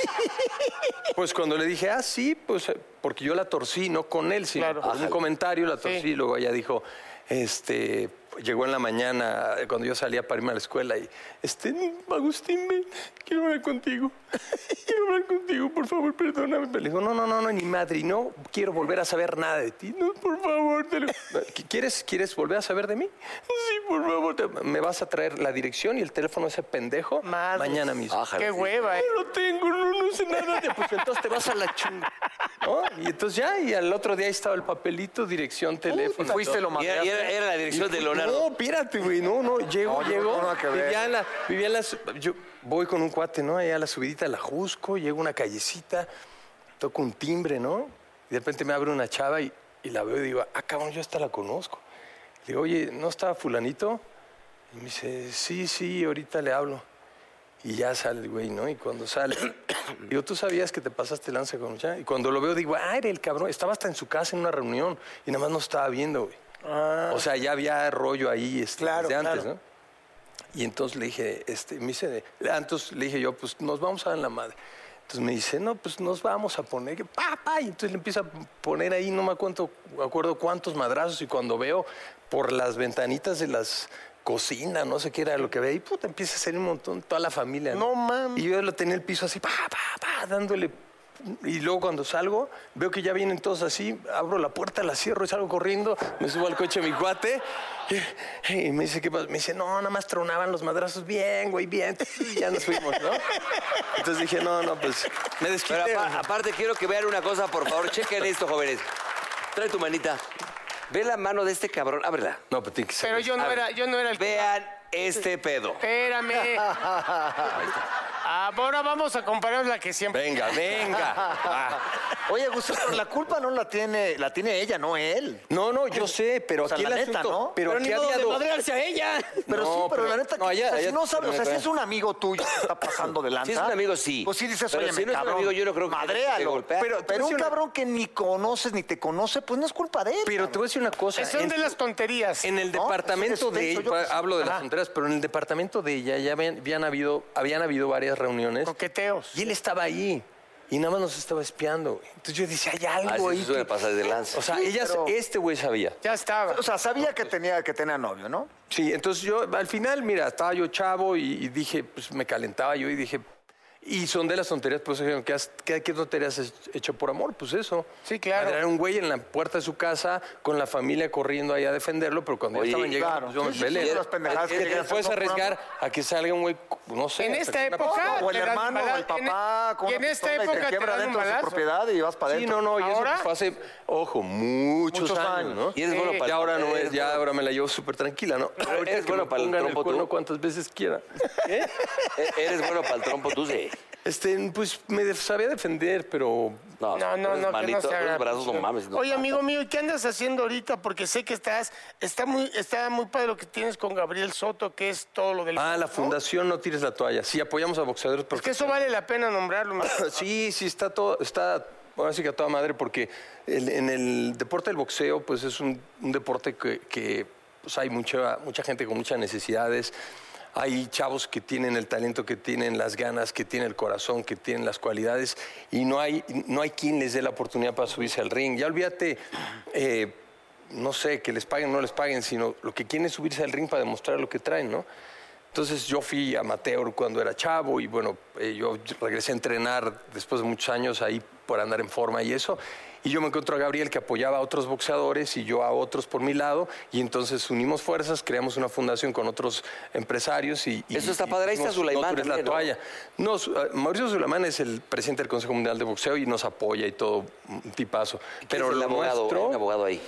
[SPEAKER 5] pues cuando le dije, ah, sí, pues eh, porque yo la torcí, no con él, sino
[SPEAKER 2] Claro.
[SPEAKER 5] por un
[SPEAKER 2] Ájale.
[SPEAKER 5] comentario la torcí.
[SPEAKER 2] Sí.
[SPEAKER 5] Y luego ella dijo, este, llegó en la mañana eh, cuando yo salía para irme a la escuela y, este, Agustín, ven, quiero hablar contigo. Quiero hablar contigo, por favor, perdóname. Le digo, no, no, no, no, ni madre, no quiero volver a saber nada de ti. No, por favor, te lo... "¿Qui- ¿Quieres, ¿Quieres volver a saber de mí? Sí, por favor. te- Me vas a traer la dirección y el teléfono de ese pendejo
[SPEAKER 2] Madres.
[SPEAKER 5] mañana mismo.
[SPEAKER 1] Ájale,
[SPEAKER 2] Qué
[SPEAKER 1] sí.
[SPEAKER 2] hueva, ¿eh?
[SPEAKER 5] No lo tengo, no, no sé nada de... Pues entonces te vas a la chunga. ¿No? Y entonces ya, y al otro día ahí estaba el papelito, dirección, teléfono.
[SPEAKER 3] Fuiste lo
[SPEAKER 1] Y era, y era-
[SPEAKER 3] mandaste.
[SPEAKER 1] era la dirección de
[SPEAKER 5] Uy,
[SPEAKER 1] Leonardo.
[SPEAKER 5] No, espérate, güey. No, no, llego,
[SPEAKER 3] No,
[SPEAKER 5] llego.
[SPEAKER 3] no, nada que ver.
[SPEAKER 5] vivía, en la, vivía en la su- Yo voy con un cuate, ¿no? Allá a la subidita de la Jusco, llego a una callecita, toco un timbre, ¿no? Y de repente me abre una chava y, y la veo y digo, ah, cabrón, yo hasta la conozco. Le digo, oye, ¿no está fulanito? Y me dice, sí, sí, ahorita le hablo. Y ya sale el güey, ¿no? Y cuando sale, digo, ¿tú sabías que te pasaste lanza con ya? Y cuando lo veo, digo, ah, era el cabrón. Estaba hasta en su casa en una reunión y nada más no estaba viendo, güey.
[SPEAKER 2] Ah,
[SPEAKER 5] O sea, ya había rollo ahí este,
[SPEAKER 2] Claro,
[SPEAKER 5] desde antes,
[SPEAKER 2] claro.
[SPEAKER 5] ¿no? Y entonces le dije, este, me dice, entonces le dije yo, pues nos vamos a dar en la madre. Entonces me dice, no, pues nos vamos a poner, que pa, pa, y entonces le empieza a poner ahí, no me acuerdo, acuerdo cuántos madrazos, y cuando veo por las ventanitas de las cocinas, no sé qué era lo que veía, y puta, empieza a ser un montón, toda la familia.
[SPEAKER 2] No mames.
[SPEAKER 5] Y yo lo tenía en el piso así, pa, pa, pa, dándole. Y luego cuando salgo, veo que ya vienen todos así, abro la puerta, la cierro y salgo corriendo, me subo al coche de mi cuate y, y me dice, ¿qué pasa? Me dice, no, nada más tronaban los madrazos, bien, güey, bien. Y ya nos fuimos, ¿no? Entonces dije, no, no, pues me desquité.
[SPEAKER 1] Pero apa- aparte quiero que vean una cosa, por favor, chequen esto, jóvenes. Trae tu manita. Ve la mano de este cabrón, ábrela.
[SPEAKER 5] no, pues tiene que ser.
[SPEAKER 2] Pero yo no era, yo no era el que-
[SPEAKER 1] Vean este pedo.
[SPEAKER 2] Espérame. Ahora vamos a comparar la que siempre.
[SPEAKER 5] Venga, venga.
[SPEAKER 3] Oye, Agustín, pero la culpa no la tiene, la tiene ella, no él.
[SPEAKER 5] No, no, yo sé, pero
[SPEAKER 3] O sea,
[SPEAKER 5] aquí
[SPEAKER 3] la
[SPEAKER 5] el
[SPEAKER 3] neta,
[SPEAKER 5] asunto-
[SPEAKER 3] ¿no?
[SPEAKER 5] Pero, aquí había do-
[SPEAKER 4] a ella.
[SPEAKER 3] Pero
[SPEAKER 5] No,
[SPEAKER 3] sí, pero,
[SPEAKER 5] pero-
[SPEAKER 3] la neta,
[SPEAKER 5] no,
[SPEAKER 3] que-
[SPEAKER 5] allá-
[SPEAKER 3] o sea,
[SPEAKER 5] allá-
[SPEAKER 3] si no sabes, o sea, si
[SPEAKER 5] espérame,
[SPEAKER 3] es un amigo tuyo que está pasando de lanza.
[SPEAKER 1] Si es un amigo, sí.
[SPEAKER 3] Pues sí dices,
[SPEAKER 1] Pero
[SPEAKER 3] oye,
[SPEAKER 1] si no es un
[SPEAKER 3] cabrón,
[SPEAKER 1] amigo, yo no creo que tengas que
[SPEAKER 3] madréalo.
[SPEAKER 1] golpear.
[SPEAKER 3] Pero,
[SPEAKER 5] Pero
[SPEAKER 3] un
[SPEAKER 5] sí una-
[SPEAKER 3] cabrón que ni conoces ni te conoce, pues no es culpa de él.
[SPEAKER 5] pero te voy a decir una cosa.
[SPEAKER 2] Son
[SPEAKER 5] en-
[SPEAKER 2] de las tonterías. pues
[SPEAKER 5] En el
[SPEAKER 3] No, pues,
[SPEAKER 5] departamento
[SPEAKER 3] es un
[SPEAKER 5] de
[SPEAKER 3] extenso,
[SPEAKER 5] ella,
[SPEAKER 3] yo-
[SPEAKER 5] hablo de
[SPEAKER 3] Ajá.
[SPEAKER 5] las fronteras, pero en el departamento de ella ya habían, habían habido, habían habido varias reuniones.
[SPEAKER 2] Coqueteos.
[SPEAKER 5] Y él estaba ahí. Y nada más nos estaba espiando. güey. Entonces yo decía, hay
[SPEAKER 1] Ah,
[SPEAKER 5] algo
[SPEAKER 1] sí,
[SPEAKER 5] ahí.
[SPEAKER 1] eso suele
[SPEAKER 5] que-
[SPEAKER 1] pasar de lanza.
[SPEAKER 5] O sea, ella,
[SPEAKER 3] pero-
[SPEAKER 5] este güey sabía.
[SPEAKER 2] Ya estaba.
[SPEAKER 3] O sea, sabía que tenía, que tenía novio, ¿no?
[SPEAKER 5] Sí, entonces yo al final, mira, estaba yo chavo y, y dije, pues me calentaba yo y dije, y son de las tonterías, pues dijeron, ¿qué, has- qué, qué tonterías has hecho por amor? Pues eso.
[SPEAKER 2] Sí, claro.
[SPEAKER 5] Madrear a un güey en la puerta de su casa con la familia corriendo ahí a defenderlo, pero cuando
[SPEAKER 1] Oye,
[SPEAKER 5] ya estaban llegando,
[SPEAKER 3] claro.
[SPEAKER 5] pues yo me
[SPEAKER 3] Sí, sí, sí,
[SPEAKER 5] peleé.
[SPEAKER 3] son las pendejadas que
[SPEAKER 5] Eh, eh,
[SPEAKER 3] llegas a
[SPEAKER 5] puedes
[SPEAKER 3] hacer por
[SPEAKER 5] arriesgar a que salga un güey, no sé.
[SPEAKER 2] En
[SPEAKER 5] hasta
[SPEAKER 2] esta
[SPEAKER 5] que una
[SPEAKER 2] época.
[SPEAKER 3] o el
[SPEAKER 2] Ah, te dan
[SPEAKER 3] hermano, o
[SPEAKER 2] bala-
[SPEAKER 3] el papá,
[SPEAKER 2] en- e-
[SPEAKER 3] con
[SPEAKER 2] Y en
[SPEAKER 3] una
[SPEAKER 2] esta
[SPEAKER 3] pistola y
[SPEAKER 2] época
[SPEAKER 3] te
[SPEAKER 2] te
[SPEAKER 3] quiebra
[SPEAKER 2] dan un
[SPEAKER 3] dentro de su
[SPEAKER 2] balazo.
[SPEAKER 3] propiedad y vas para
[SPEAKER 5] Sí,
[SPEAKER 3] adentro.
[SPEAKER 5] no, no, y
[SPEAKER 2] ¿Ahora?
[SPEAKER 5] eso fue hace, ojo, muchos,
[SPEAKER 3] Muchos
[SPEAKER 5] años,
[SPEAKER 3] años.
[SPEAKER 5] ¿no?
[SPEAKER 1] Y eres bueno para-
[SPEAKER 5] Ya ahora no es, eh,
[SPEAKER 1] eres
[SPEAKER 5] ya
[SPEAKER 1] bueno.
[SPEAKER 5] ahora me la llevo súper tranquila, ¿no? Pero ahorita
[SPEAKER 1] ¿Eres
[SPEAKER 5] que
[SPEAKER 1] bueno
[SPEAKER 5] me
[SPEAKER 1] para el
[SPEAKER 5] pongan
[SPEAKER 1] trompo tú?
[SPEAKER 5] cuerno cuantas veces quiera.
[SPEAKER 2] ¿Eh?
[SPEAKER 1] E- Eres bueno para el trompo, tú sí.
[SPEAKER 5] Este, pues me de- sabía defender, pero
[SPEAKER 1] No,
[SPEAKER 2] No, no,
[SPEAKER 1] eres
[SPEAKER 2] no, que no
[SPEAKER 1] malito,
[SPEAKER 2] se haga.
[SPEAKER 1] eres brazos no mames. no.
[SPEAKER 2] Oye, amigo mío, ¿y ¿qué andas haciendo ahorita? Porque sé que estás, está muy, está muy padre lo que tienes con Gabriel Soto, que es todo lo del.
[SPEAKER 5] Ah, la
[SPEAKER 2] ¿no?
[SPEAKER 5] fundación no tires la toalla. Sí, apoyamos a boxeadores
[SPEAKER 2] Es que
[SPEAKER 5] porque
[SPEAKER 2] eso vale la pena nombrarlo. mi-
[SPEAKER 5] sí, sí está todo, está ahora sí que a toda madre porque el- en el deporte del boxeo, pues es un, un deporte que, que, pues, hay mucha mucha gente con muchas necesidades. Hay chavos que tienen el talento, que tienen las ganas, que tienen el corazón, que tienen las cualidades y no hay no hay quien les dé la oportunidad para subirse al ring. Ya olvídate. eh, no sé, que les paguen o no les paguen, sino lo que quieren es subirse al ring para demostrar lo que traen, ¿no? Entonces yo fui amateur cuando era chavo y bueno, eh, yo regresé a entrenar después de muchos años ahí por andar en forma y eso. Y yo me encontré a Gabriel que apoyaba a otros boxeadores y yo a otros por mi lado. Y entonces unimos fuerzas, creamos una fundación con otros empresarios y... y-
[SPEAKER 1] Eso está
[SPEAKER 5] y
[SPEAKER 1] padre. Ahí está
[SPEAKER 5] hicimos
[SPEAKER 1] Sulaimán
[SPEAKER 5] No Tires la
[SPEAKER 1] también, ¿no?
[SPEAKER 5] toalla. No, su- eh, Mauricio Sulamán es el presidente del Consejo Mundial de Boxeo y nos apoya y todo, un tipazo.
[SPEAKER 1] ¿Quién
[SPEAKER 5] Pero
[SPEAKER 1] es el
[SPEAKER 5] lo
[SPEAKER 1] abogado,
[SPEAKER 5] nuestro-
[SPEAKER 1] Hay un abogado ahí.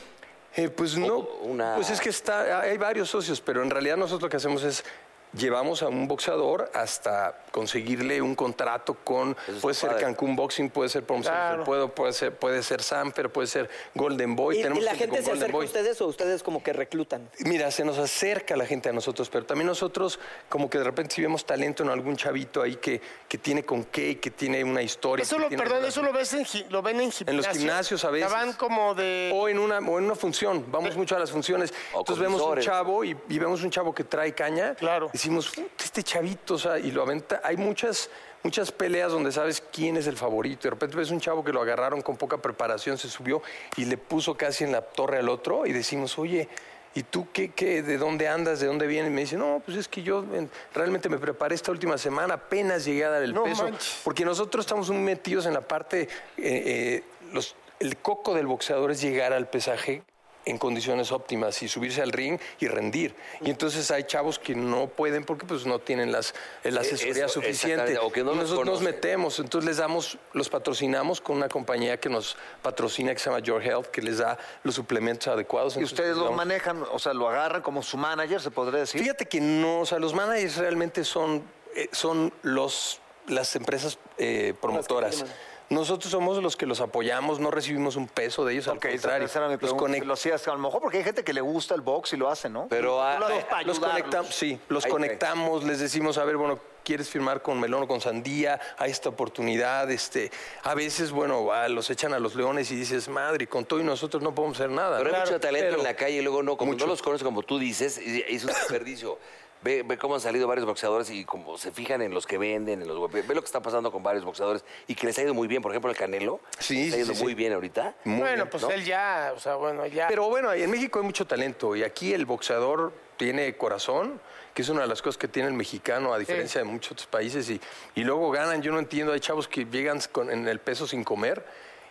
[SPEAKER 5] eh, pues no,
[SPEAKER 1] una-
[SPEAKER 5] ah, pues es que está, hay varios socios, pero en realidad nosotros lo que hacemos es llevamos a un boxeador hasta conseguirle un contrato con,
[SPEAKER 1] está
[SPEAKER 5] puede ser
[SPEAKER 1] padre.
[SPEAKER 5] Cancún Boxing, puede ser Promoción
[SPEAKER 2] Claro.
[SPEAKER 5] del Pueblo, puede ser, puede ser Samper, puede ser Golden Boy.
[SPEAKER 4] ¿Y,
[SPEAKER 5] Pues tenemos
[SPEAKER 4] y la
[SPEAKER 5] gente
[SPEAKER 4] gente
[SPEAKER 5] con
[SPEAKER 4] se
[SPEAKER 5] Golden
[SPEAKER 4] acerca a
[SPEAKER 5] Boy.
[SPEAKER 4] ustedes o ustedes como que reclutan?
[SPEAKER 5] Mira, se nos acerca la gente a nosotros, pero también nosotros como que de repente si vemos talento en algún chavito ahí que, que tiene con qué, que tiene una historia.
[SPEAKER 2] Eso
[SPEAKER 5] que
[SPEAKER 2] lo,
[SPEAKER 5] tiene
[SPEAKER 2] perdón,
[SPEAKER 5] una-
[SPEAKER 2] eso lo ves en gi- lo ven en gimnasios.
[SPEAKER 5] En los gimnasios a
[SPEAKER 2] Ya
[SPEAKER 5] veces. Oh,
[SPEAKER 2] van como de.
[SPEAKER 5] O en una, o en una función, vamos mucho a las funciones.
[SPEAKER 1] O
[SPEAKER 5] Entonces vemos un
[SPEAKER 1] comisores.
[SPEAKER 5] chavo y, y vemos un chavo que trae caña.
[SPEAKER 2] Claro.
[SPEAKER 5] Decimos, "Puta, este chavito, o sea, y lo aventa. Hay muchas, muchas peleas donde sabes quién es el favorito. De repente ves un chavo que lo agarraron con poca preparación, se subió y le puso casi en la torre al otro y decimos, oye. ¿Y tú qué, qué? ¿De dónde andas? ¿De dónde vienes? Y me dice, no, pues es que yo en- realmente me preparé esta última semana, apenas llegué a dar el
[SPEAKER 2] No
[SPEAKER 5] peso.
[SPEAKER 2] manches.
[SPEAKER 5] Porque nosotros estamos muy metidos en la parte, eh, eh, los- el coco del boxeador es llegar al pesaje en condiciones óptimas y subirse al ring y rendir. Y entonces hay chavos que no pueden porque pues no tienen las, la asesoría
[SPEAKER 1] E-, eso,
[SPEAKER 5] suficiente.
[SPEAKER 1] exactamente, o que no
[SPEAKER 5] Y
[SPEAKER 1] los
[SPEAKER 5] nosotros nos
[SPEAKER 1] conocen.
[SPEAKER 5] metemos, entonces les damos, los patrocinamos con una compañía que nos patrocina que se llama Your Health, que les da los suplementos adecuados.
[SPEAKER 3] Y
[SPEAKER 5] Entonces,
[SPEAKER 3] ustedes
[SPEAKER 5] les
[SPEAKER 3] lo
[SPEAKER 5] damos-
[SPEAKER 3] manejan, o sea, lo agarran como su manager, se podría decir.
[SPEAKER 5] Fíjate que no, o sea, los managers realmente son, eh, son los, las empresas eh, promotoras.
[SPEAKER 4] firman.
[SPEAKER 5] Nosotros somos los que los apoyamos, no recibimos un peso de ellos,
[SPEAKER 3] Ok, esa
[SPEAKER 5] al contrario.
[SPEAKER 3] esa era mi
[SPEAKER 5] los
[SPEAKER 3] pregunta.
[SPEAKER 5] conec-
[SPEAKER 3] si Lo hacías, a lo mejor porque hay gente que le gusta el box y lo hace, ¿no?
[SPEAKER 1] Pero
[SPEAKER 3] Tú lo
[SPEAKER 1] ah,
[SPEAKER 3] haces para
[SPEAKER 5] los
[SPEAKER 3] ayudarlos.
[SPEAKER 5] conectamos, sí, los
[SPEAKER 3] Ahí, ok.
[SPEAKER 5] conectamos, les decimos, a ver, bueno, quieres firmar con melón o con sandía, hay esta oportunidad, este, a veces, bueno, ah, los echan a los leones y dices, madre, con todo y nosotros no podemos hacer nada.
[SPEAKER 1] Pero hay mucho talento
[SPEAKER 5] pero-
[SPEAKER 1] en la calle y luego no, como no los conoces como tú dices, y- y es un desperdicio. Ve, ve cómo han salido varios boxeadores y como se fijan en los que venden, en los golpes. ve lo que está pasando con varios boxeadores y que les ha ido muy bien. Por ejemplo, el Canelo
[SPEAKER 5] Sí,
[SPEAKER 1] le está
[SPEAKER 5] sí,
[SPEAKER 1] yendo
[SPEAKER 5] sí,
[SPEAKER 1] muy
[SPEAKER 5] sí.
[SPEAKER 1] bien ahorita.
[SPEAKER 5] Muy
[SPEAKER 2] bueno,
[SPEAKER 5] bien,
[SPEAKER 2] pues
[SPEAKER 5] ¿no?
[SPEAKER 2] él ya, o sea, bueno, ya.
[SPEAKER 5] Pero bueno, en México hay mucho talento y aquí el boxeador tiene corazón, que es una de las cosas que tiene el mexicano, a diferencia de muchos otros países, y, y luego ganan, yo no entiendo, hay chavos que llegan con- en el peso sin comer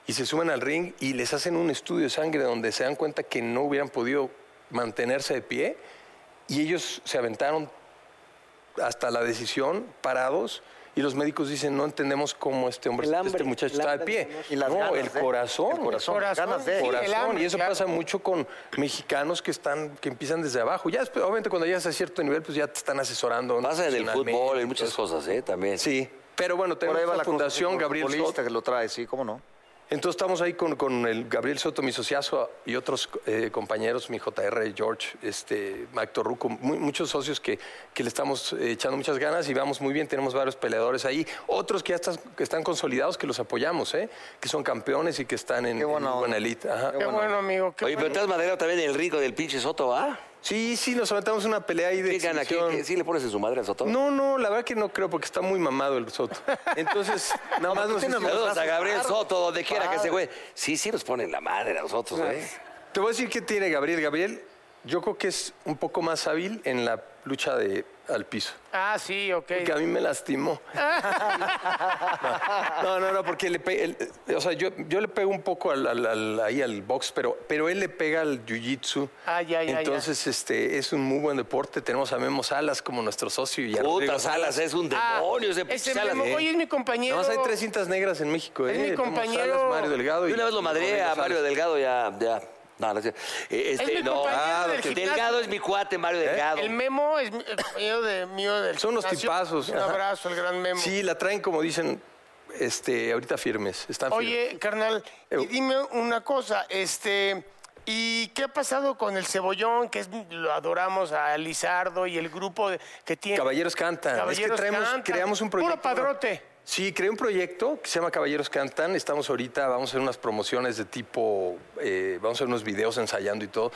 [SPEAKER 5] y se suben al ring y les hacen un estudio de sangre donde se dan cuenta que no hubieran podido mantenerse de pie y ellos se aventaron hasta la decisión parados. Y los médicos dicen, no entendemos cómo este hombre,
[SPEAKER 4] El hambre,
[SPEAKER 5] este muchacho
[SPEAKER 4] el
[SPEAKER 5] está de
[SPEAKER 4] hambre
[SPEAKER 5] pie.
[SPEAKER 4] de comer.
[SPEAKER 3] Y las
[SPEAKER 5] no,
[SPEAKER 3] ganas,
[SPEAKER 5] el
[SPEAKER 3] ¿eh?
[SPEAKER 5] corazón.
[SPEAKER 3] El corazón, las
[SPEAKER 2] Corazón,
[SPEAKER 3] ganas de.
[SPEAKER 2] sí.
[SPEAKER 5] corazón.
[SPEAKER 2] el hambre,
[SPEAKER 5] y eso
[SPEAKER 2] claro.
[SPEAKER 5] pasa mucho con mexicanos que están, que empiezan desde abajo. Ya después, obviamente cuando llegas a cierto nivel, pues ya te están asesorando.
[SPEAKER 1] Pasa en el
[SPEAKER 5] nutricionalmente,
[SPEAKER 1] fútbol, en muchas cosas, ¿eh? También.
[SPEAKER 5] Sí. Pero bueno,
[SPEAKER 3] Por
[SPEAKER 5] tenemos
[SPEAKER 3] ahí va
[SPEAKER 5] la
[SPEAKER 3] la
[SPEAKER 5] fundación Gabriel
[SPEAKER 3] Solista
[SPEAKER 5] Soto.
[SPEAKER 3] que lo trae, sí, cómo no.
[SPEAKER 5] Entonces estamos ahí con, con el Gabriel Soto, mi sociazo, y otros eh, compañeros, mi JR, George, este, Mac Torruco, mu- muchos socios que, que le estamos eh, echando muchas ganas y vamos muy bien, tenemos varios peleadores ahí, otros que ya están, que están consolidados, que los apoyamos, ¿eh, que son campeones y que están en,
[SPEAKER 3] Qué
[SPEAKER 5] en
[SPEAKER 3] buena
[SPEAKER 5] muy
[SPEAKER 3] onda.
[SPEAKER 5] buena elite. ajá.
[SPEAKER 2] qué bueno, amigo. Qué
[SPEAKER 1] Oye, pero
[SPEAKER 2] bueno.
[SPEAKER 1] te has madreado también el rico del pinche Soto, ¿ah?
[SPEAKER 5] Sí, sí, nos aventamos una pelea ahí de
[SPEAKER 1] ¿Qué gana? ¿Qué-
[SPEAKER 5] exhibición.
[SPEAKER 1] qué- sí le pones en su madre al Soto?
[SPEAKER 5] No, no, la verdad que no creo porque está muy mamado el Soto. Entonces, nada más nos hicimos-
[SPEAKER 1] Saludos a Gabriel Soto, donde quiera que se güey. Sí, sí nos ponen la madre a
[SPEAKER 5] Ah.
[SPEAKER 1] nosotros, ¿eh?
[SPEAKER 5] Te voy a decir qué tiene Gabriel. Gabriel, yo creo que es un poco más hábil en la lucha de al piso.
[SPEAKER 2] Ah, sí, ok.
[SPEAKER 5] Que a mí me lastimó. No, no, no, porque le pe- el- o sea, yo, yo le pego un poco al, al- al- ahí al box, pero, pero él le pega al jiu-jitsu.
[SPEAKER 2] Ah, ya, ya, ya.
[SPEAKER 5] Entonces, este, es un muy buen deporte. Tenemos a Memo Salas como nuestro socio. Y a Rodrigo
[SPEAKER 1] Puta, Salas es un
[SPEAKER 2] Ah,
[SPEAKER 1] demonio ese pinche
[SPEAKER 2] ese
[SPEAKER 1] Salas.
[SPEAKER 2] Memo, oye, es mi compañero.
[SPEAKER 5] Nada más ¿eh? hay tres cintas negras en México,
[SPEAKER 2] Es
[SPEAKER 5] ¿eh?
[SPEAKER 2] mi
[SPEAKER 5] Memo
[SPEAKER 2] compañero.
[SPEAKER 5] Salas, Mario Delgado.
[SPEAKER 1] Yo una vez lo madré a
[SPEAKER 5] Rodrigo
[SPEAKER 1] Mario
[SPEAKER 5] Salas.
[SPEAKER 1] Delgado, ya, ya. No, no es cierto. Eh,
[SPEAKER 2] Es mi compañero del
[SPEAKER 1] que-
[SPEAKER 2] gimnasio.
[SPEAKER 1] Delgado es mi cuate, Mario Delgado.
[SPEAKER 2] El Memo es mi- el compañero de, mío del
[SPEAKER 5] Son unos
[SPEAKER 2] gimnasio.
[SPEAKER 5] tipazos.
[SPEAKER 2] Un abrazo, el gran Memo.
[SPEAKER 5] Sí, la traen, como dicen, este, ahorita firmes. Están firmes.
[SPEAKER 2] Oye, carnal, y dime una cosa, este, ¿y qué ha pasado con el cebollón? Que es, lo adoramos a Lizardo y el grupo de- que tiene.
[SPEAKER 5] Caballeros Cantan. es que
[SPEAKER 2] Caballeros
[SPEAKER 5] traemos,
[SPEAKER 2] Cantan.
[SPEAKER 5] creamos un
[SPEAKER 2] Puro
[SPEAKER 5] proyecto.
[SPEAKER 2] padrote.
[SPEAKER 5] Sí, creé un proyecto que se llama Caballeros Cantan. Estamos ahorita, vamos a hacer unas promociones de tipo, eh, vamos a hacer unos videos ensayando y todo.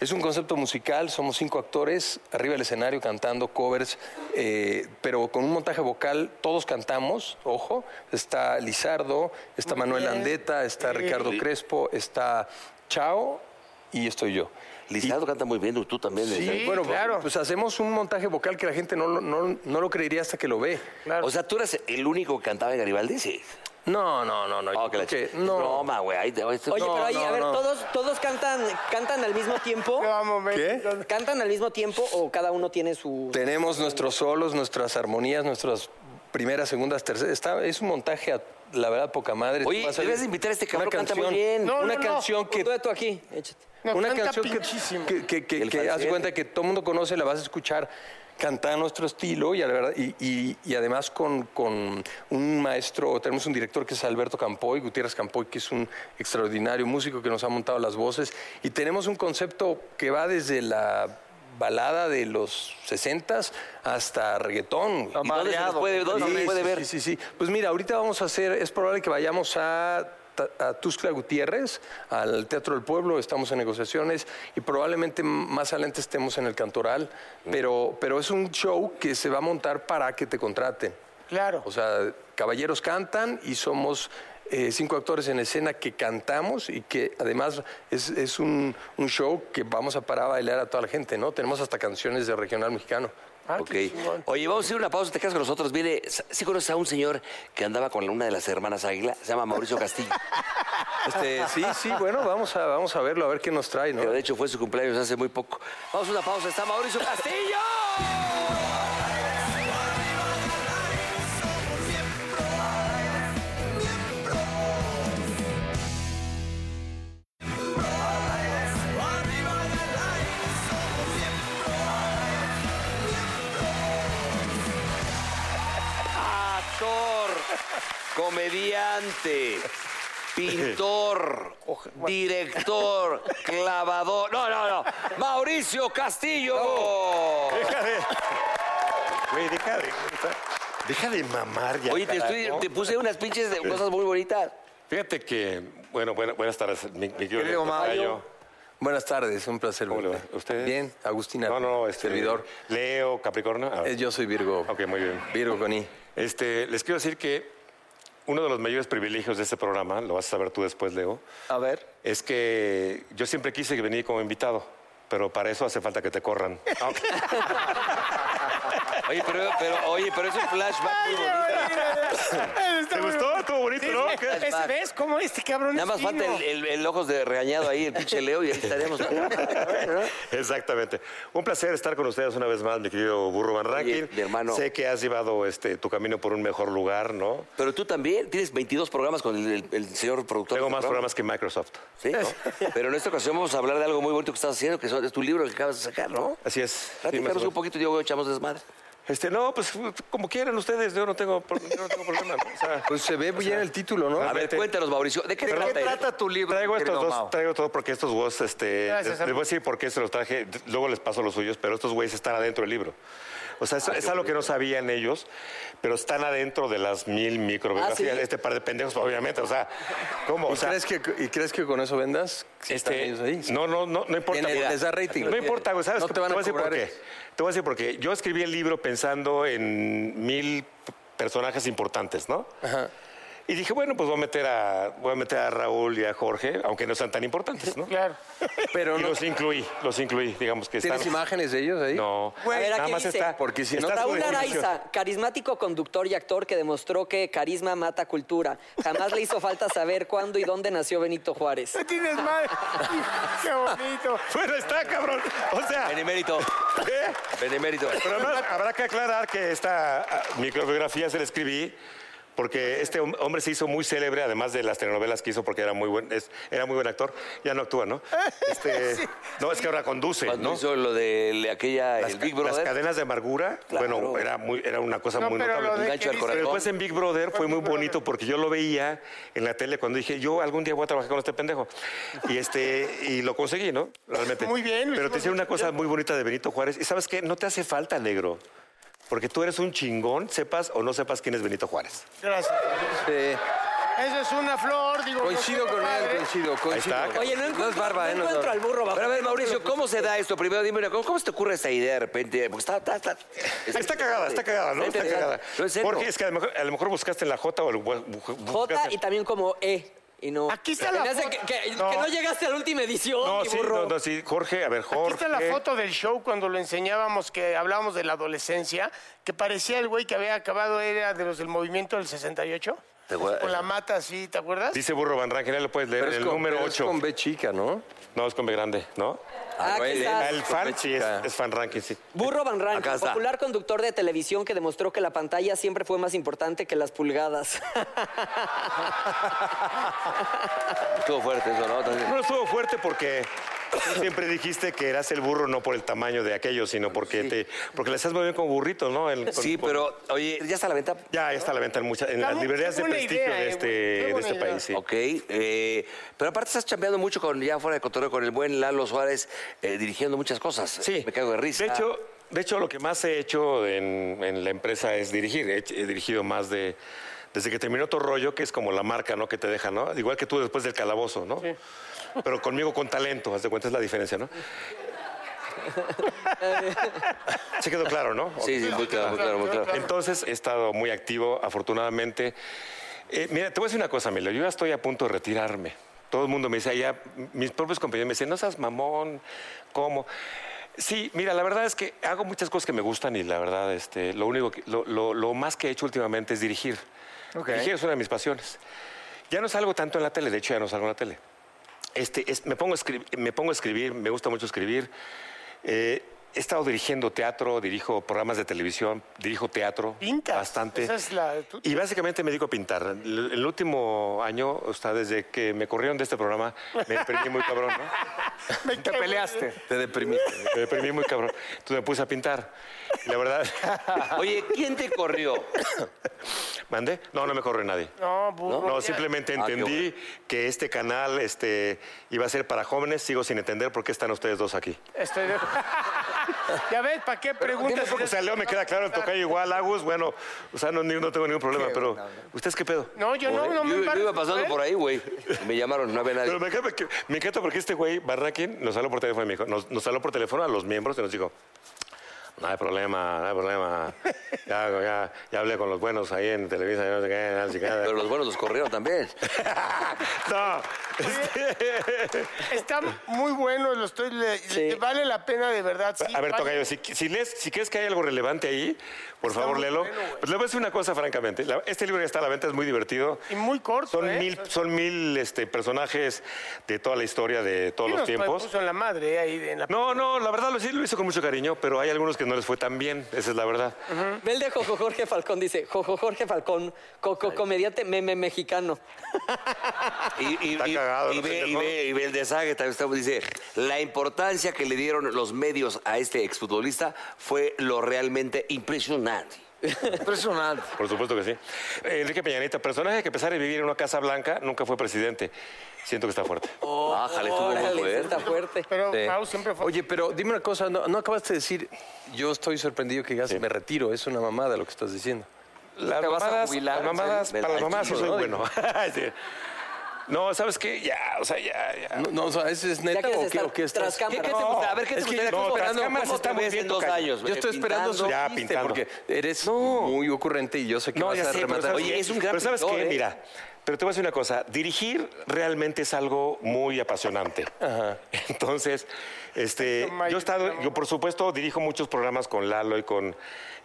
[SPEAKER 5] Es un concepto musical, somos cinco actores arriba del escenario cantando covers, eh, pero con un montaje vocal, todos cantamos, ojo. Está Lizardo, está Manuel Andeta, está Ricardo Crespo, está Chao y estoy yo.
[SPEAKER 1] Lizardo canta muy bien, tú también.
[SPEAKER 5] Sí,
[SPEAKER 1] ¿eh?
[SPEAKER 5] bueno,
[SPEAKER 2] claro.
[SPEAKER 5] pues hacemos un montaje vocal que la gente no, lo- no, no lo creería hasta que lo ve.
[SPEAKER 2] Claro.
[SPEAKER 1] O sea, tú eras el único que cantaba en Garibaldi, sí.
[SPEAKER 5] No, no, no, no.
[SPEAKER 1] Ah,
[SPEAKER 5] yo
[SPEAKER 1] que la
[SPEAKER 5] creo que-
[SPEAKER 1] ch-
[SPEAKER 5] no.
[SPEAKER 1] Broma, güey. ahí te- esto-
[SPEAKER 4] Oye,
[SPEAKER 5] No,
[SPEAKER 4] pero ahí,
[SPEAKER 5] no,
[SPEAKER 4] a ver,
[SPEAKER 5] no.
[SPEAKER 4] ¿todos, todos cantan, cantan al mismo tiempo?
[SPEAKER 2] Vamos, Memo.
[SPEAKER 5] ¿Qué?
[SPEAKER 4] ¿Cantan al mismo tiempo o cada uno tiene su...?
[SPEAKER 5] Tenemos nuestros solos, nuestras armonías, nuestras primeras, segundas, terceras. Está, es un montaje, a, la verdad, poca madre.
[SPEAKER 1] Oye,
[SPEAKER 5] Tú vas a-
[SPEAKER 1] debes de invitar a este cabrón,
[SPEAKER 5] una
[SPEAKER 1] canta muy
[SPEAKER 5] canción,
[SPEAKER 1] bien.
[SPEAKER 2] No,
[SPEAKER 5] una
[SPEAKER 2] no, no.
[SPEAKER 5] canción que...
[SPEAKER 4] Un dueto aquí, échate.
[SPEAKER 2] No,
[SPEAKER 5] una
[SPEAKER 2] canta
[SPEAKER 5] canción que,
[SPEAKER 2] pinchísimo.
[SPEAKER 5] que, que, que-
[SPEAKER 1] El
[SPEAKER 5] que haz de
[SPEAKER 1] falsete.
[SPEAKER 5] cuenta que todo el mundo conoce, la vas a escuchar cantar nuestro estilo y, a la verdad, y, y- y además con, con un maestro, tenemos un director que es Alberto Campoy, Gutiérrez Campoy, que es un extraordinario músico que nos ha montado las voces y tenemos un concepto que va desde la balada de los 60s hasta
[SPEAKER 1] ¿Y
[SPEAKER 5] reggaetón. güey.
[SPEAKER 1] dónde se nos
[SPEAKER 3] Madreado,
[SPEAKER 1] puede, dónde se
[SPEAKER 5] Sí,
[SPEAKER 1] nos puede
[SPEAKER 5] sí,
[SPEAKER 1] ver?
[SPEAKER 5] Sí, sí, sí. Pues mira, ahorita vamos a hacer, es probable que vayamos a, Ta- a Tuxtla Gutiérrez, al Teatro del Pueblo, estamos en negociaciones y probablemente m- más adelante estemos en el Cantoral,
[SPEAKER 1] Mm.
[SPEAKER 5] pero, pero es un show que se va a montar para que te contraten.
[SPEAKER 2] Claro.
[SPEAKER 5] O sea, caballeros cantan y somos eh, cinco actores en escena que cantamos y que además es, es un, un show que vamos a parar a bailar a toda la gente, ¿no? Tenemos hasta canciones de regional mexicano.
[SPEAKER 2] Ah, qué
[SPEAKER 1] Ok.
[SPEAKER 2] chingón.
[SPEAKER 1] Oye, vamos a hacer una pausa, te quedas con nosotros. Viene, sí conoces a un señor que andaba con una de las hermanas Águila, se llama Mauricio Castillo.
[SPEAKER 5] Este, sí, sí, bueno, vamos a, vamos a verlo, a ver qué nos trae, ¿no?
[SPEAKER 1] Pero de hecho fue su cumpleaños hace muy poco. Vamos a una pausa, está Mauricio Castillo. Actor, comediante, pintor, director, clavador. No, no, no. Mauricio Castillo.
[SPEAKER 6] Deja de. Güey, deja de. Deja de mamar ya.
[SPEAKER 1] Oye, te, estoy-
[SPEAKER 6] carajo.
[SPEAKER 1] te puse unas pinches de cosas muy bonitas.
[SPEAKER 6] Fíjate que. Bueno, buena- buenas tardes, mi, mi querido
[SPEAKER 5] Querido
[SPEAKER 6] Ernesto
[SPEAKER 5] Mario.
[SPEAKER 6] Mayo.
[SPEAKER 5] Buenas tardes, un placer.
[SPEAKER 6] ¿Cómo le va?
[SPEAKER 5] verte.
[SPEAKER 6] ¿Ustedes?
[SPEAKER 5] Bien, Agustina.
[SPEAKER 6] No, no, este.
[SPEAKER 5] Servidor.
[SPEAKER 6] Leo, Capricornio. Ah,
[SPEAKER 5] Eh, Yo soy Virgo.
[SPEAKER 6] Ok, muy bien.
[SPEAKER 5] Virgo con I.
[SPEAKER 6] Este, les quiero decir que uno de los mayores privilegios de este programa, lo vas a saber tú después, Leo,
[SPEAKER 3] A ver.
[SPEAKER 6] es que yo siempre quise venir como invitado, pero para eso hace falta que te corran.
[SPEAKER 1] Ah, Oye, pero, pero, oye, pero es un flashback muy bonito.
[SPEAKER 6] ¿Te gustó? Estuvo bonito, ¿no? ¿Qué?
[SPEAKER 2] ¿Ese ¿Ves cómo este cabrón
[SPEAKER 1] Nada más
[SPEAKER 2] es fino?
[SPEAKER 1] falta el, el- el ojos de regañado ahí, el pinche Leo, y ahí estaremos.
[SPEAKER 6] Exactamente. Un placer estar con ustedes una vez más, mi querido Burro Van Rankin.
[SPEAKER 1] Oye, mi hermano.
[SPEAKER 6] Sé que has llevado este, tu camino por un mejor lugar, ¿no?
[SPEAKER 1] Pero tú también tienes 22 programas con el, el- el señor productor.
[SPEAKER 6] Tengo
[SPEAKER 1] de
[SPEAKER 6] más
[SPEAKER 1] este programa.
[SPEAKER 6] programas que Microsoft.
[SPEAKER 1] Sí, ¿no? Pero en esta ocasión vamos a hablar de algo muy bonito que estás haciendo, que son- es tu libro que acabas de sacar, ¿no?
[SPEAKER 6] Así es. Sí, más o
[SPEAKER 1] Platícanos
[SPEAKER 6] menos.
[SPEAKER 1] un poquito y luego echamos desmadre.
[SPEAKER 6] Este, no, pues como quieran ustedes, yo no tengo, pro- yo no tengo problema. O sea,
[SPEAKER 5] Pues se ve bien el título, ¿no?
[SPEAKER 1] A ver,
[SPEAKER 6] Realmente-
[SPEAKER 1] cuéntanos, Mauricio, ¿de qué
[SPEAKER 3] ¿De qué
[SPEAKER 1] trata?
[SPEAKER 3] trata tu libro?
[SPEAKER 6] Traigo
[SPEAKER 3] mi
[SPEAKER 6] estos
[SPEAKER 3] querido
[SPEAKER 6] dos,
[SPEAKER 3] Mao?
[SPEAKER 6] traigo todo porque estos güeyes, este,
[SPEAKER 2] Gracias,
[SPEAKER 6] les
[SPEAKER 2] amigo.
[SPEAKER 6] voy a decir por qué se los traje, d- luego les paso los suyos, pero estos güeyes están adentro del libro. O sea, es,
[SPEAKER 5] Ah,
[SPEAKER 6] es algo que no sabían ellos, pero están adentro de las mil microbiografías.
[SPEAKER 4] Ah, ¿sí?
[SPEAKER 6] Este par de pendejos, obviamente, o sea, ¿cómo? O
[SPEAKER 5] ¿Y,
[SPEAKER 6] sea,
[SPEAKER 5] crees que, ¿Y crees que con eso vendas? Si
[SPEAKER 6] Este,
[SPEAKER 5] están ellos ahí.
[SPEAKER 6] No, no, no, no importa.
[SPEAKER 5] Tiene-
[SPEAKER 6] güey.
[SPEAKER 5] les da rating.
[SPEAKER 6] No importa, güey, ¿sabes?
[SPEAKER 5] No
[SPEAKER 6] qué?
[SPEAKER 5] te van a
[SPEAKER 6] voy decir por
[SPEAKER 5] cobrar
[SPEAKER 6] qué.
[SPEAKER 5] eso.
[SPEAKER 6] Te voy a decir por qué. Yo escribí el libro pensando en mil p- personajes importantes, ¿no? Y dije, bueno, pues voy a meter a, voy a meter a Raúl y a Jorge, aunque no sean tan importantes, ¿no?
[SPEAKER 2] Claro.
[SPEAKER 5] Pero
[SPEAKER 6] y
[SPEAKER 5] no,
[SPEAKER 6] los incluí, los incluí, digamos que
[SPEAKER 5] ¿tienes
[SPEAKER 6] están.
[SPEAKER 5] imágenes de ellos ahí?
[SPEAKER 6] No,
[SPEAKER 4] Güey, a ver, ¿a
[SPEAKER 6] nada
[SPEAKER 4] qué
[SPEAKER 6] más
[SPEAKER 4] dice?
[SPEAKER 6] está.
[SPEAKER 5] Porque si no-
[SPEAKER 6] está su
[SPEAKER 4] Raúl
[SPEAKER 6] definición.
[SPEAKER 4] Araiza, carismático conductor y actor que demostró que carisma mata cultura. Jamás le hizo falta saber cuándo y dónde nació Benito Juárez.
[SPEAKER 2] Tú tienes madre. Qué bonito.
[SPEAKER 6] Bueno, está, cabrón. O sea,
[SPEAKER 1] Benemérito,
[SPEAKER 6] ¿eh?
[SPEAKER 1] benemérito.
[SPEAKER 6] Pero no, habrá que aclarar que esta ah, microbiografía se la escribí porque este hom- hombre se hizo muy célebre, además de las telenovelas que hizo, porque era muy buen, es- era muy buen actor. Ya no actúa, ¿no? Este, no, es que ahora conduce,
[SPEAKER 1] Cuando
[SPEAKER 6] ¿no?
[SPEAKER 1] hizo lo de le- aquella,
[SPEAKER 6] Las,
[SPEAKER 1] el
[SPEAKER 6] ca-
[SPEAKER 1] Big
[SPEAKER 6] las
[SPEAKER 1] Brother.
[SPEAKER 6] cadenas de amargura,
[SPEAKER 1] Claro.
[SPEAKER 6] bueno, era, muy, era una cosa
[SPEAKER 2] No,
[SPEAKER 6] muy
[SPEAKER 2] pero
[SPEAKER 6] notable.
[SPEAKER 2] lo
[SPEAKER 1] Un
[SPEAKER 2] de
[SPEAKER 1] gancho
[SPEAKER 2] que
[SPEAKER 1] al
[SPEAKER 2] dice-
[SPEAKER 1] corazón.
[SPEAKER 6] Pero después en Big Brother fue
[SPEAKER 2] Big
[SPEAKER 6] muy
[SPEAKER 2] Brother.
[SPEAKER 6] bonito porque yo lo veía en la tele cuando dije, yo algún día voy a trabajar con este pendejo. Y este y lo conseguí, ¿no? Realmente.
[SPEAKER 2] Muy bien, lo
[SPEAKER 6] Pero te
[SPEAKER 2] hicimos
[SPEAKER 6] decía una
[SPEAKER 2] mucho
[SPEAKER 6] cosa muy bonita de Benito Juárez. Y sabes qué, no te hace falta, negro. Porque tú eres un chingón, sepas o no sepas quién es Benito Juárez.
[SPEAKER 2] Gracias.
[SPEAKER 5] Sí.
[SPEAKER 2] Eso es una flor, digo.
[SPEAKER 5] Coincido
[SPEAKER 2] no
[SPEAKER 5] con él,
[SPEAKER 2] padre.
[SPEAKER 5] coincido, coincido.
[SPEAKER 6] está, cabrón.
[SPEAKER 4] Oye, no encuentro,
[SPEAKER 5] es barba,
[SPEAKER 4] no
[SPEAKER 5] ¿eh? No es
[SPEAKER 4] encuentro
[SPEAKER 5] barba.
[SPEAKER 4] al burro. bajo.
[SPEAKER 1] Pero a ver, Mauricio, ¿cómo se da esto? Primero dime, una cosa, ¿cómo se te ocurre esta idea de repente? Porque está, está, está,
[SPEAKER 6] Está cagada, está cagada, ¿no? Está
[SPEAKER 1] interesante.
[SPEAKER 6] cagada.
[SPEAKER 1] No, en serio.
[SPEAKER 6] Porque es que a lo mejor, a lo mejor buscaste en la J o el bu- bu-
[SPEAKER 4] J
[SPEAKER 6] buscaste-
[SPEAKER 4] y también como E. Y no.
[SPEAKER 2] Aquí está
[SPEAKER 4] Se
[SPEAKER 2] la
[SPEAKER 4] me hace
[SPEAKER 2] foto.
[SPEAKER 4] que, que- que
[SPEAKER 2] No.
[SPEAKER 4] no. llegaste a la última edición,
[SPEAKER 6] No,
[SPEAKER 4] mi
[SPEAKER 6] sí,
[SPEAKER 4] burro.
[SPEAKER 6] no, no, sí, Jorge, a ver, Jorge.
[SPEAKER 2] Aquí está la foto del show cuando lo enseñábamos, que hablábamos de la adolescencia, que parecía el güey que había acabado, era de los del movimiento del 68.
[SPEAKER 1] ¿Te acuerdas?
[SPEAKER 2] Con la mata así, ¿te acuerdas?
[SPEAKER 6] Dice Burro Van Rankin, ahí lo puedes leer,
[SPEAKER 5] Pero es
[SPEAKER 6] el
[SPEAKER 5] con-
[SPEAKER 6] número
[SPEAKER 5] pero
[SPEAKER 6] 8.
[SPEAKER 5] es con B chica, ¿no?
[SPEAKER 6] No, es con B grande, ¿no?
[SPEAKER 4] Ah,
[SPEAKER 3] no,
[SPEAKER 4] aquí
[SPEAKER 3] él-
[SPEAKER 4] está.
[SPEAKER 6] Ah, el fan, sí, es, es fan ranking, sí.
[SPEAKER 4] Burro Van
[SPEAKER 1] Acá
[SPEAKER 4] Rankin,
[SPEAKER 1] está.
[SPEAKER 4] popular conductor de televisión que demostró que la pantalla siempre fue más importante que las pulgadas.
[SPEAKER 1] Estuvo fuerte eso, ¿no? Entonces,
[SPEAKER 6] No estuvo fuerte porque Tú siempre dijiste que eras el burro no por el tamaño de aquello, sino porque te porque le estás moviendo como burrito, ¿no? El- con-
[SPEAKER 1] Sí,
[SPEAKER 6] con-
[SPEAKER 1] pero, oye, ya está a la venta.
[SPEAKER 6] Ya, ya está a la venta en, muchas, en las
[SPEAKER 2] Cabrón,
[SPEAKER 6] librerías
[SPEAKER 2] qué
[SPEAKER 6] de
[SPEAKER 2] buena
[SPEAKER 6] prestigio
[SPEAKER 2] idea,
[SPEAKER 6] de
[SPEAKER 2] eh,
[SPEAKER 6] este,
[SPEAKER 2] güey. Qué
[SPEAKER 6] de este
[SPEAKER 2] buena idea.
[SPEAKER 6] país, sí.
[SPEAKER 1] Ok, eh, pero aparte estás chambeando mucho con, ya fuera de cotorreo, con el buen Lalo Suárez, eh, dirigiendo muchas cosas.
[SPEAKER 6] Sí.
[SPEAKER 1] Me cago de risa.
[SPEAKER 6] De hecho, de hecho lo que más he hecho en, en la empresa es dirigir. He, he dirigido más de. Desde que terminó otro rollo, que es como la marca, ¿no? Que te deja, ¿no? Igual que tú después del calabozo, ¿no? Pero conmigo con talento, haz de cuenta, es la diferencia, ¿no? Se quedó claro, ¿no?
[SPEAKER 1] Sí, sí, muy claro, muy claro, muy claro.
[SPEAKER 6] Entonces he estado muy activo, afortunadamente. Eh, mira, te voy a decir una cosa, Milo. Yo ya estoy a punto de retirarme. Todo el mundo me dice, allá, mis propios compañeros me dicen, no seas mamón, ¿cómo? Sí, mira, la verdad es que hago muchas cosas que me gustan y la verdad, este, lo único, que- lo, lo- lo más que he hecho últimamente es dirigir. Dirigir es una de mis pasiones. Ya no salgo tanto en la tele, de hecho ya no salgo en la tele. Este, es- me, pongo a escri- me pongo a escribir, me gusta mucho escribir. Eh, he estado dirigiendo teatro, dirijo programas de televisión, dirijo teatro.
[SPEAKER 2] Pintas.
[SPEAKER 6] Bastante.
[SPEAKER 2] Esa es la- tú-
[SPEAKER 6] Y básicamente me dedico a pintar. El, el último año, o sea, desde que me corrieron de este programa, me imprimí muy cabrón, ¿no?
[SPEAKER 3] Te peleaste.
[SPEAKER 1] te deprimiste.
[SPEAKER 6] Me imprimí muy cabrón. Entonces me puse a pintar. Y la verdad,
[SPEAKER 1] Oye, ¿quién te corrió?
[SPEAKER 6] ¿mandé? No, no me corrió nadie.
[SPEAKER 2] No, burro.
[SPEAKER 6] No, simplemente
[SPEAKER 1] Ah, qué
[SPEAKER 6] entendí que este canal este, iba a ser para jóvenes. Sigo sin entender por qué están ustedes dos aquí.
[SPEAKER 2] Estoy de... ya ves, ¿para qué preguntas?
[SPEAKER 6] O sea, Leo me queda claro, el tocayo igual, Agus, bueno, o sea, no, no tengo ningún problema, pero ¿ustedes qué pedo?
[SPEAKER 2] No, yo no, no me
[SPEAKER 1] yo, yo
[SPEAKER 2] embargo,
[SPEAKER 1] iba pasando
[SPEAKER 2] ¿eh?
[SPEAKER 1] por ahí, güey. Me llamaron, no había nadie.
[SPEAKER 6] Pero me encanta, que- me encanta porque este güey, Barraquín, nos habló por teléfono, me dijo, nos, nos habló por teléfono a los miembros y nos dijo, no hay problema, no hay problema. Ya, ya, ya hablé con los buenos ahí en Televisa, no sé qué, no sé qué".
[SPEAKER 1] Pero los buenos los corrieron también.
[SPEAKER 6] No,
[SPEAKER 2] Está muy bueno, lo estoy... le- le- Vale la pena de verdad. sí,
[SPEAKER 6] a ver,
[SPEAKER 2] vale.
[SPEAKER 6] Tocayo, si, si, lees- si crees que hay algo relevante ahí, por favor,
[SPEAKER 2] muy
[SPEAKER 6] léelo.
[SPEAKER 2] bueno, güey.
[SPEAKER 6] pues le voy a decir una cosa, francamente. La- este libro que está a la venta es muy divertido.
[SPEAKER 2] Y muy corto,
[SPEAKER 6] Son
[SPEAKER 2] ¿eh?
[SPEAKER 6] mil, son mil este, personajes de toda la historia, de todos
[SPEAKER 2] Sí
[SPEAKER 6] los
[SPEAKER 2] nos
[SPEAKER 6] tiempos.
[SPEAKER 2] puso en la madre, eh, ahí de- en la...
[SPEAKER 6] No, no, la verdad lo, sí lo hizo con mucho cariño, pero hay algunos que no les fue tan bien, esa es la verdad.
[SPEAKER 4] Ve el de Jojo Jorge Falcón, dice, Jojo Jorge Falcón, coco comediante meme mexicano.
[SPEAKER 1] Y, y-
[SPEAKER 6] Está
[SPEAKER 1] y-
[SPEAKER 6] cagado,
[SPEAKER 1] y
[SPEAKER 6] no
[SPEAKER 1] ve,
[SPEAKER 6] sé,
[SPEAKER 1] y
[SPEAKER 6] ¿no?
[SPEAKER 1] ve- y ve el desague, también está- dice, la importancia que le dieron los medios a este exfutbolista fue lo realmente impresionante.
[SPEAKER 3] Impresionante.
[SPEAKER 6] Por supuesto que sí. Eh, Enrique Peñanita, personaje que a pesar de vivir en una casa blanca, nunca fue presidente. Siento que está fuerte.
[SPEAKER 5] Ah,
[SPEAKER 1] Bájale, estuvo muy
[SPEAKER 4] Órale,
[SPEAKER 1] fuerte.
[SPEAKER 4] está fuerte.
[SPEAKER 2] Pero
[SPEAKER 5] Sí.
[SPEAKER 2] Mau siempre fue...
[SPEAKER 5] Oye, pero dime una cosa, no, no acabaste de decir, yo estoy sorprendido que digas, me retiro, es una mamada lo que estás diciendo.
[SPEAKER 6] Las
[SPEAKER 3] ¿Te vas a
[SPEAKER 6] mamadas,
[SPEAKER 3] jubilar?
[SPEAKER 6] las mamadas,
[SPEAKER 1] Ven,
[SPEAKER 6] para las
[SPEAKER 1] al
[SPEAKER 6] mamás sí
[SPEAKER 1] tiro,
[SPEAKER 6] soy
[SPEAKER 1] ¿no?
[SPEAKER 6] bueno. Sí. No, ¿sabes qué? Ya, o sea, ya, ya.
[SPEAKER 2] Ah.
[SPEAKER 5] No, no, o sea, ¿es, es neta
[SPEAKER 4] quieres
[SPEAKER 5] o qué,
[SPEAKER 4] estar
[SPEAKER 5] o qué
[SPEAKER 4] tras
[SPEAKER 5] estás?
[SPEAKER 4] cámara.
[SPEAKER 5] No,
[SPEAKER 1] gusta? A ver, ¿qué te
[SPEAKER 5] es que
[SPEAKER 1] gustaría?
[SPEAKER 5] yo
[SPEAKER 1] ¿Cómo
[SPEAKER 5] estoy
[SPEAKER 1] te- cómo
[SPEAKER 5] esperando cómo
[SPEAKER 1] te
[SPEAKER 5] te
[SPEAKER 1] ves
[SPEAKER 5] ves
[SPEAKER 1] en dos
[SPEAKER 5] Tocayo?
[SPEAKER 1] años?
[SPEAKER 5] Yo estoy
[SPEAKER 1] Eh,
[SPEAKER 5] esperando su
[SPEAKER 1] pintando.
[SPEAKER 6] Ya,
[SPEAKER 5] chiste,
[SPEAKER 6] pintando.
[SPEAKER 5] porque eres
[SPEAKER 6] No.
[SPEAKER 5] muy ocurrente y yo sé que
[SPEAKER 6] No,
[SPEAKER 5] vas
[SPEAKER 6] ya
[SPEAKER 5] a
[SPEAKER 6] sé, pero
[SPEAKER 5] rematar.
[SPEAKER 6] ¿sabes
[SPEAKER 1] Oye,
[SPEAKER 6] qué?
[SPEAKER 1] es un gran
[SPEAKER 6] Pero ¿sabes
[SPEAKER 1] pintor,
[SPEAKER 6] qué?
[SPEAKER 1] ¿eh?
[SPEAKER 6] Mira, pero te voy a decir una cosa. Dirigir realmente es algo muy apasionante. Entonces, este, yo he estado, yo por supuesto dirijo muchos programas con Lalo y con,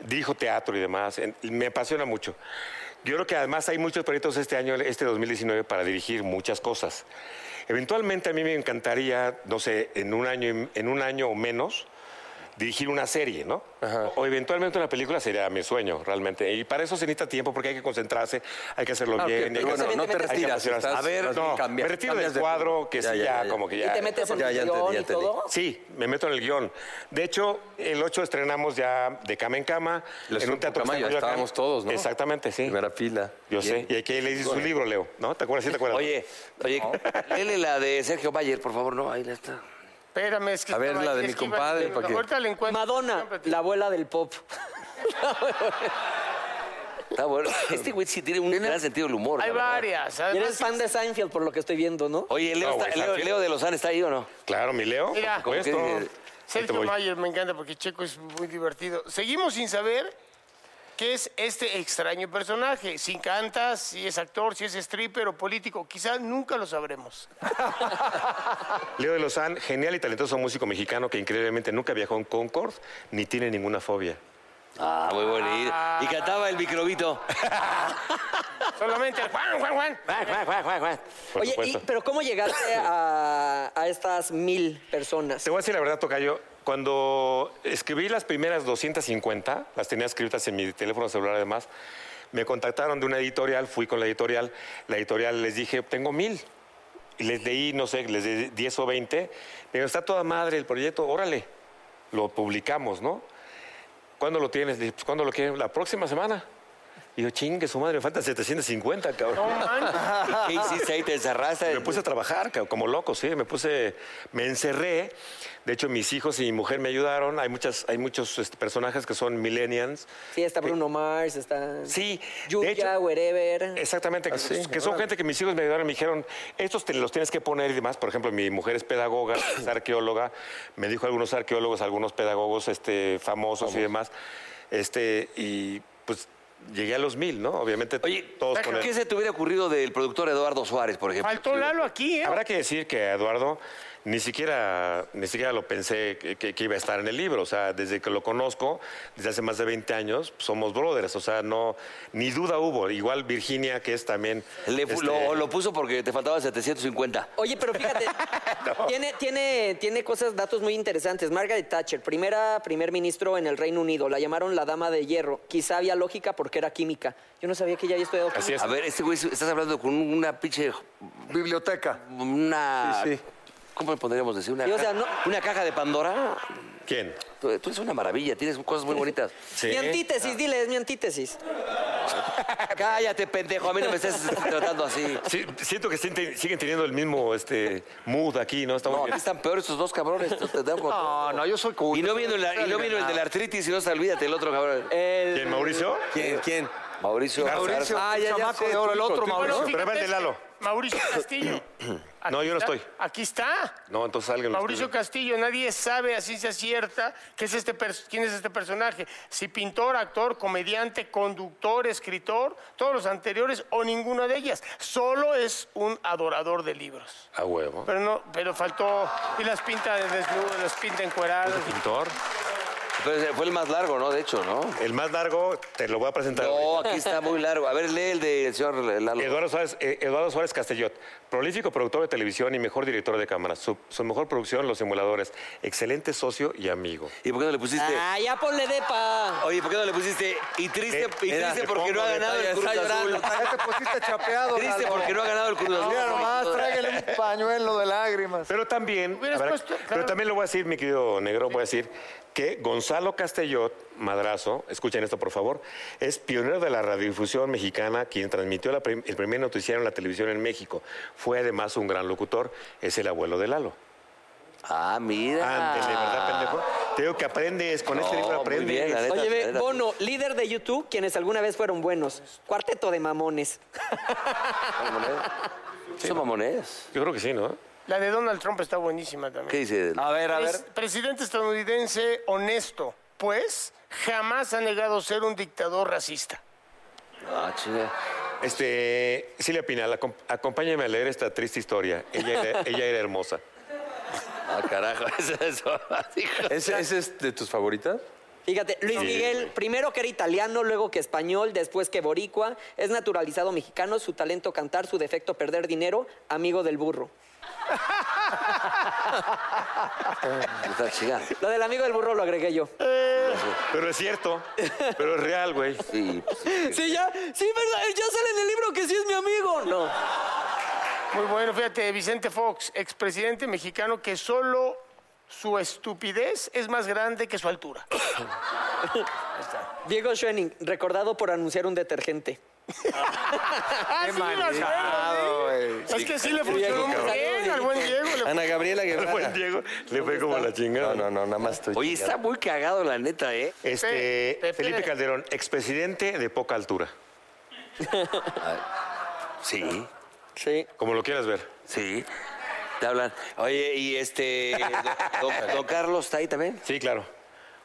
[SPEAKER 6] dirijo teatro y demás. En- y me apasiona mucho. Yo creo que además hay muchos proyectos este año, este 2019, para dirigir muchas cosas. Eventualmente a mí me encantaría, no sé, en un año, y- en un año o menos, dirigir una serie, ¿no? O eventualmente una película sería mi sueño, realmente. Y para eso se necesita tiempo porque hay que concentrarse, hay que hacerlo
[SPEAKER 5] Ah, ok,
[SPEAKER 6] bien. y hay
[SPEAKER 5] pero
[SPEAKER 6] que-
[SPEAKER 5] bueno, no te
[SPEAKER 6] hay que
[SPEAKER 5] retiras,
[SPEAKER 6] apasionarse.
[SPEAKER 5] estás-
[SPEAKER 6] a ver,
[SPEAKER 5] más bien
[SPEAKER 6] no,
[SPEAKER 5] cambias-
[SPEAKER 6] me retiro
[SPEAKER 5] cambias
[SPEAKER 6] del
[SPEAKER 5] de
[SPEAKER 6] cuadro, que
[SPEAKER 5] Ya,
[SPEAKER 6] sí,
[SPEAKER 5] ya,
[SPEAKER 6] ya,
[SPEAKER 5] ya, ya.
[SPEAKER 6] como que
[SPEAKER 4] Y
[SPEAKER 6] ya.
[SPEAKER 4] te metes en
[SPEAKER 5] Ya, ya
[SPEAKER 4] el guión
[SPEAKER 5] entendí, ya
[SPEAKER 4] y
[SPEAKER 5] entendí.
[SPEAKER 4] todo.
[SPEAKER 6] Sí, me meto en el guión. De hecho, el 8 estrenamos ya de cama en cama.
[SPEAKER 5] Les
[SPEAKER 6] en
[SPEAKER 5] fue
[SPEAKER 6] un teatro
[SPEAKER 5] poca
[SPEAKER 6] que está
[SPEAKER 5] madre,
[SPEAKER 6] en Coyoacán.
[SPEAKER 5] estábamos todos, ¿no?
[SPEAKER 6] Exactamente, sí.
[SPEAKER 5] Primera fila.
[SPEAKER 6] Yo sé. Y aquí le hice su libro, Leo. ¿No? ¿Te acuerdas? ¿Sí te acuerdas?
[SPEAKER 1] Oye, oye, léele la de Sergio Bayer, por favor, no, ahí la está.
[SPEAKER 2] Espérame, es que...
[SPEAKER 5] A ver,
[SPEAKER 2] estaba
[SPEAKER 5] la
[SPEAKER 2] ahí,
[SPEAKER 5] de
[SPEAKER 2] es
[SPEAKER 5] mi
[SPEAKER 2] que iba
[SPEAKER 5] compadre,
[SPEAKER 2] diciendo,
[SPEAKER 5] ¿para qué?
[SPEAKER 2] Ahorita la encuentro.
[SPEAKER 4] Madonna,
[SPEAKER 2] Siempre te-
[SPEAKER 4] la abuela del pop.
[SPEAKER 1] Está bueno. Este güey sí tiene un gran sentido del humor.
[SPEAKER 2] Hay
[SPEAKER 1] la verdad.
[SPEAKER 2] varias.
[SPEAKER 4] Y
[SPEAKER 2] además-
[SPEAKER 4] eres fan de Seinfeld por lo que estoy viendo, ¿no?
[SPEAKER 1] Oye, Leo,
[SPEAKER 6] No,
[SPEAKER 1] está-
[SPEAKER 6] güey,
[SPEAKER 1] Leo-
[SPEAKER 6] Sanfiel.
[SPEAKER 1] Leo de Lozán está ahí o no?
[SPEAKER 6] Claro, mi Leo.
[SPEAKER 2] Mira,
[SPEAKER 6] por
[SPEAKER 1] ¿cómo que dice?
[SPEAKER 6] supuesto. Ahí te
[SPEAKER 2] Sergio
[SPEAKER 6] voy.
[SPEAKER 2] Mayer, me encanta porque Checo es muy divertido. Seguimos sin saber qué es este extraño personaje. Si canta, si es actor, si es stripper o político. Quizás nunca lo sabremos.
[SPEAKER 6] Leo de Lozán, genial y talentoso músico mexicano que increíblemente nunca viajó en Concord ni tiene ninguna fobia.
[SPEAKER 1] Ah, muy bonito. Y cantaba el microbito.
[SPEAKER 2] Solamente el Juan, Juan, Juan.
[SPEAKER 6] Por
[SPEAKER 4] Oye, y-
[SPEAKER 6] supuesto.
[SPEAKER 4] pero ¿cómo llegaste a, a estas mil personas?
[SPEAKER 6] Te voy a decir la verdad, Tocayo. Cuando escribí las primeras 250, las tenía escritas en mi teléfono celular además, me contactaron de una editorial, fui con la editorial, la editorial les dije, tengo mil. y les leí, no sé, les di 10 o 20. Me dijo, está toda madre el proyecto, órale, lo publicamos, ¿no? ¿Cuándo lo tienes? Le dije, pues, ¿cuándo lo quieres? La próxima semana. Y yo, chingue su madre, me faltan 750, cabrón.
[SPEAKER 1] ¿Qué hiciste ahí? ¿Te encerraste?
[SPEAKER 6] Me puse a trabajar ca- como loco, sí, me puse, me encerré. De hecho, mis hijos y mi mujer me ayudaron. Hay muchas, hay muchos este, personajes que son millennials.
[SPEAKER 4] Sí, está Bruno Mars, está.
[SPEAKER 6] Sí, de
[SPEAKER 4] Yuya,
[SPEAKER 6] hecho-
[SPEAKER 4] wherever.
[SPEAKER 6] Exactamente,
[SPEAKER 1] Ah,
[SPEAKER 6] que, que son gente que mis hijos me ayudaron y me dijeron, estos te los tienes que poner y demás. Por ejemplo, mi mujer es pedagoga, es arqueóloga, me dijo algunos arqueólogos, algunos pedagogos este, famosos y demás. Este, y pues llegué a los mil, ¿no? Obviamente
[SPEAKER 1] Oye,
[SPEAKER 6] todos con
[SPEAKER 1] ¿qué
[SPEAKER 6] el-
[SPEAKER 1] se te hubiera ocurrido del productor Eduardo Suárez, por ejemplo?
[SPEAKER 2] Faltó Lalo aquí, ¿eh?
[SPEAKER 6] Habrá que decir que a Eduardo ni siquiera, ni siquiera lo pensé que, que- que iba a estar en el libro. O sea, desde que lo conozco, desde hace más de 20 años, somos brothers. O sea, no, ni duda hubo. Igual Virginia, que es también.
[SPEAKER 1] Le pu-
[SPEAKER 6] este,
[SPEAKER 1] lo, lo puso porque te faltaban 750.
[SPEAKER 4] Oye, pero fíjate, tiene, tiene, tiene cosas, datos muy interesantes. Margaret Thatcher, primera primer ministro en el Reino Unido, la llamaron la dama de hierro. Quizá había lógica porque era química. Yo no sabía que ella había estudiado
[SPEAKER 6] Así
[SPEAKER 4] química.
[SPEAKER 6] es.
[SPEAKER 1] A ver, este güey, estás hablando con una pinche.
[SPEAKER 3] Biblioteca.
[SPEAKER 1] Una.
[SPEAKER 3] Sí, sí.
[SPEAKER 1] ¿Cómo le podríamos decir? Una,
[SPEAKER 4] Y, o sea,
[SPEAKER 1] caja-
[SPEAKER 4] no-
[SPEAKER 1] una caja de Pandora.
[SPEAKER 6] ¿Quién?
[SPEAKER 1] Tú, tú eres una maravilla, tienes cosas muy bonitas.
[SPEAKER 6] Sí. Ah.
[SPEAKER 4] Mi antítesis, dile, es mi antítesis.
[SPEAKER 1] Cállate, pendejo, a mí no me estés tratando así.
[SPEAKER 6] Sí, siento que siguen te- siguen teniendo el mismo este, mood aquí, ¿no? Estamos
[SPEAKER 1] No, aquí están peores estos dos cabrones. tú te dejo con todo.
[SPEAKER 3] no, yo soy cool.
[SPEAKER 1] Y no vino, la- y no vino el de la artritis, y no se olvídate el otro cabrón.
[SPEAKER 6] ¿Quién, Mauricio?
[SPEAKER 7] ¿Quién? ¿Quién?
[SPEAKER 1] Mauricio.
[SPEAKER 3] Mauricio,
[SPEAKER 7] Ah,
[SPEAKER 3] el
[SPEAKER 7] ya, ya
[SPEAKER 3] chamaco
[SPEAKER 7] sé,
[SPEAKER 3] de oro, el
[SPEAKER 7] tú,
[SPEAKER 3] otro
[SPEAKER 7] tú.
[SPEAKER 3] Mauricio.
[SPEAKER 6] pero
[SPEAKER 2] fíjate,
[SPEAKER 6] vete,
[SPEAKER 2] este,
[SPEAKER 6] Lalo.
[SPEAKER 2] Mauricio Castillo.
[SPEAKER 6] No,
[SPEAKER 2] Aquí
[SPEAKER 6] yo no
[SPEAKER 2] está,
[SPEAKER 6] estoy.
[SPEAKER 2] Aquí está.
[SPEAKER 6] No, entonces alguien lo
[SPEAKER 2] Mauricio
[SPEAKER 3] Este,
[SPEAKER 6] escribe.
[SPEAKER 2] Castillo, nadie sabe a ciencia cierta qué es este pers- quién es este personaje. Si pintor, actor, comediante, conductor, escritor, todos los anteriores o ninguna de ellas. Solo es un adorador de libros.
[SPEAKER 3] Ah,
[SPEAKER 6] A huevo.
[SPEAKER 2] Pero no, pero faltó. Y las pinta de desnudo, las pinta encueradas.
[SPEAKER 6] Pintor.
[SPEAKER 1] Pero fue el más largo, ¿no? De hecho, ¿no?
[SPEAKER 6] El más largo, te lo voy a presentar.
[SPEAKER 1] No,
[SPEAKER 6] ahorita.
[SPEAKER 1] aquí está muy largo. A ver, lee el del señor Lalo.
[SPEAKER 6] Eduardo Suárez, eh, Eduardo Suárez Castellot, prolífico productor de televisión y mejor director de cámara. Su, su mejor producción, Los Simuladores. Excelente socio y amigo.
[SPEAKER 1] ¿Y por qué no le pusiste?
[SPEAKER 4] Ah, ya ponle depa.
[SPEAKER 1] Oye, ¿por qué no le pusiste? Y triste, y
[SPEAKER 6] Mira,
[SPEAKER 1] triste
[SPEAKER 6] Eh, te
[SPEAKER 1] porque
[SPEAKER 6] pongo
[SPEAKER 1] no ha
[SPEAKER 6] detalle,
[SPEAKER 1] ganado el Cruz
[SPEAKER 7] Está llorando.
[SPEAKER 1] Azul.
[SPEAKER 7] Ya te pusiste chapeado,
[SPEAKER 1] Triste
[SPEAKER 7] Lalo.
[SPEAKER 1] porque no ha ganado el Cruz Azul.
[SPEAKER 3] Mira nomás, tráigale un pañuelo de lágrimas.
[SPEAKER 6] Pero también,
[SPEAKER 2] Hubieras
[SPEAKER 6] habrá-
[SPEAKER 2] puesto- claro.
[SPEAKER 6] pero también lo voy a decir, mi querido negro, voy a decir que Gonzalo Castellot Madrazo, escuchen esto por favor, es pionero de la radiodifusión mexicana, quien transmitió la prim- el primer noticiero en la televisión en México. Fue además un gran locutor, es el abuelo de Lalo.
[SPEAKER 1] Ah, mira.
[SPEAKER 6] Ándele, ¿verdad, pendejo? Te digo que aprendes, con este
[SPEAKER 1] No,
[SPEAKER 6] libro
[SPEAKER 1] muy
[SPEAKER 6] aprendes.
[SPEAKER 1] bien, la neta.
[SPEAKER 4] Oye, ve,
[SPEAKER 1] era-
[SPEAKER 4] Bono, líder de YouTube, quienes alguna vez fueron buenos. Cuarteto de mamones.
[SPEAKER 1] Ah, Son mamones.
[SPEAKER 6] Yo creo que sí, ¿no?
[SPEAKER 2] La de Donald Trump está buenísima también.
[SPEAKER 1] ¿Qué dice? Pues,
[SPEAKER 3] A ver, a ver.
[SPEAKER 2] Pres- Presidente estadounidense honesto, pues jamás ha negado ser un dictador racista.
[SPEAKER 1] Ah, chinga.
[SPEAKER 6] Este, Silvia Pinal, acom- acompáñame a leer esta triste historia. Ella era, ella era hermosa.
[SPEAKER 1] Ah, carajo, eso es hijo.
[SPEAKER 7] ¿Ese, ese es de tus favoritas?
[SPEAKER 4] Fíjate, Luis Miguel, primero que era italiano, luego que español, después que boricua, es naturalizado mexicano, su talento cantar, su defecto perder dinero, amigo del burro.
[SPEAKER 1] Está chinga.
[SPEAKER 4] Lo del amigo del burro lo agregué yo.
[SPEAKER 6] Pero es cierto, pero es real, güey.
[SPEAKER 1] Sí, pues,
[SPEAKER 4] Sí, ya, sí, verdad, ya sale en el libro que sí es mi amigo. No.
[SPEAKER 2] Muy bueno, fíjate, Vicente Fox, expresidente mexicano que solo su estupidez es más grande que su altura.
[SPEAKER 4] Diego Schoening, recordado por anunciar un detergente.
[SPEAKER 2] ¡Ah, sí, me acuerdo,
[SPEAKER 3] manejado,
[SPEAKER 2] güey.
[SPEAKER 3] güey.
[SPEAKER 2] Es que sí le funcionó muy bien al buen Diego. le-
[SPEAKER 7] Ana Gabriela
[SPEAKER 6] Le fue
[SPEAKER 7] Guevara.
[SPEAKER 6] Diego, le fue como la chingada.
[SPEAKER 7] No, no, no, nada más estoy.
[SPEAKER 5] pues,
[SPEAKER 1] Oye, está muy cagado, la neta, ¿eh?
[SPEAKER 6] Este,
[SPEAKER 2] Pepe.
[SPEAKER 6] Felipe Calderón, expresidente de poca altura,
[SPEAKER 1] Sí,
[SPEAKER 4] Sí.
[SPEAKER 6] como lo quieras ver.
[SPEAKER 1] sí. Te hablan. Oye, y este. Don, don Carlos está ahí también.
[SPEAKER 6] Sí, claro.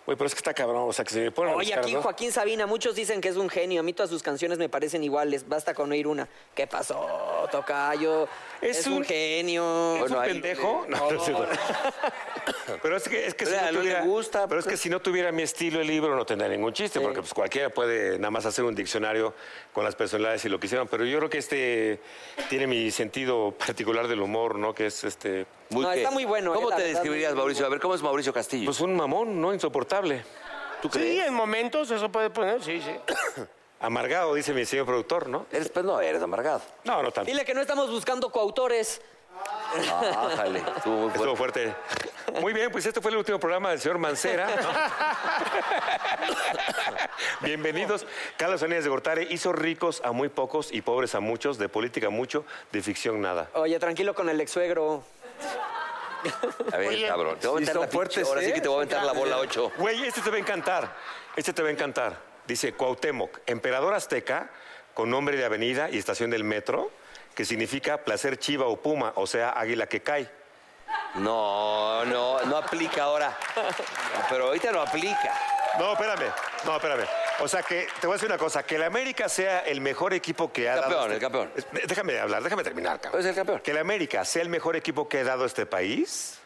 [SPEAKER 6] Güey, pero es que está cabrón, o sea, que se me ponen a
[SPEAKER 4] Oye,
[SPEAKER 6] buscar,
[SPEAKER 4] aquí
[SPEAKER 6] ¿no?
[SPEAKER 4] Joaquín Sabina, muchos dicen que es un genio. A mí todas sus canciones me parecen iguales. Basta con oír una. ¿Qué pasó, Tocayo? Es,
[SPEAKER 6] Es
[SPEAKER 4] un...
[SPEAKER 6] un-
[SPEAKER 4] genio.
[SPEAKER 6] ¿Es un
[SPEAKER 1] ahí-
[SPEAKER 6] pendejo? No, no es cierto. Pero es que, es que si
[SPEAKER 1] Mira, no
[SPEAKER 6] no
[SPEAKER 1] le
[SPEAKER 6] tuviera,
[SPEAKER 1] gusta,
[SPEAKER 6] pero es que si no tuviera mi estilo el libro no tendría ningún chiste, porque pues cualquiera puede nada más hacer un diccionario con las personalidades y lo que hicieron. Pero yo creo que este tiene mi sentido particular del humor, ¿no? Que es este,
[SPEAKER 4] No,
[SPEAKER 1] qué.
[SPEAKER 4] está muy bueno, eh,
[SPEAKER 1] ¿Cómo
[SPEAKER 4] la
[SPEAKER 1] te
[SPEAKER 4] verdad,
[SPEAKER 1] describirías,
[SPEAKER 4] muy bueno.
[SPEAKER 1] Mauricio? A ver, ¿cómo es Mauricio Castillo?
[SPEAKER 6] pues un mamón, ¿no? Insoportable.
[SPEAKER 1] ¿Tú
[SPEAKER 2] Sí, en momentos eso puede poner, sí, sí.
[SPEAKER 6] Amargado, dice mi señor productor, ¿no?
[SPEAKER 1] Eres, pues no, eres amargado.
[SPEAKER 6] No, no tanto.
[SPEAKER 4] Dile que no estamos buscando coautores.
[SPEAKER 1] Ájale, Ah, estuvo muy fuerte.
[SPEAKER 6] Estuvo fuerte. Muy bien, pues este fue el último programa del señor Mancera. Bienvenidos. Carlos Aníbal de Gortari hizo ricos a muy pocos y pobres a muchos, de política mucho, de ficción nada.
[SPEAKER 4] Oye, tranquilo con el ex suegro.
[SPEAKER 1] A ver, cabrón. Te voy a aventar
[SPEAKER 7] son
[SPEAKER 1] la pinche-
[SPEAKER 7] fuertes,
[SPEAKER 1] Ahora sí
[SPEAKER 7] ¿eh?
[SPEAKER 1] que te voy a aventar la bola 8.
[SPEAKER 6] Güey, este te va a encantar. Este te va a encantar. Dice Cuauhtémoc, emperador azteca, con nombre de avenida y estación del metro, que significa placer chiva o puma, o sea, águila que cae.
[SPEAKER 1] No, no, no aplica ahora. Pero ahorita no aplica.
[SPEAKER 6] No, espérame, no, espérame. O sea que te voy a decir una cosa, que el América sea el mejor equipo que ha
[SPEAKER 1] Campeón,
[SPEAKER 6] dado. este-
[SPEAKER 1] el campeón.
[SPEAKER 6] Es- Déjame hablar, déjame terminar, cabrón.
[SPEAKER 1] Es el campeón.
[SPEAKER 6] Que el América sea el mejor equipo que ha dado este país.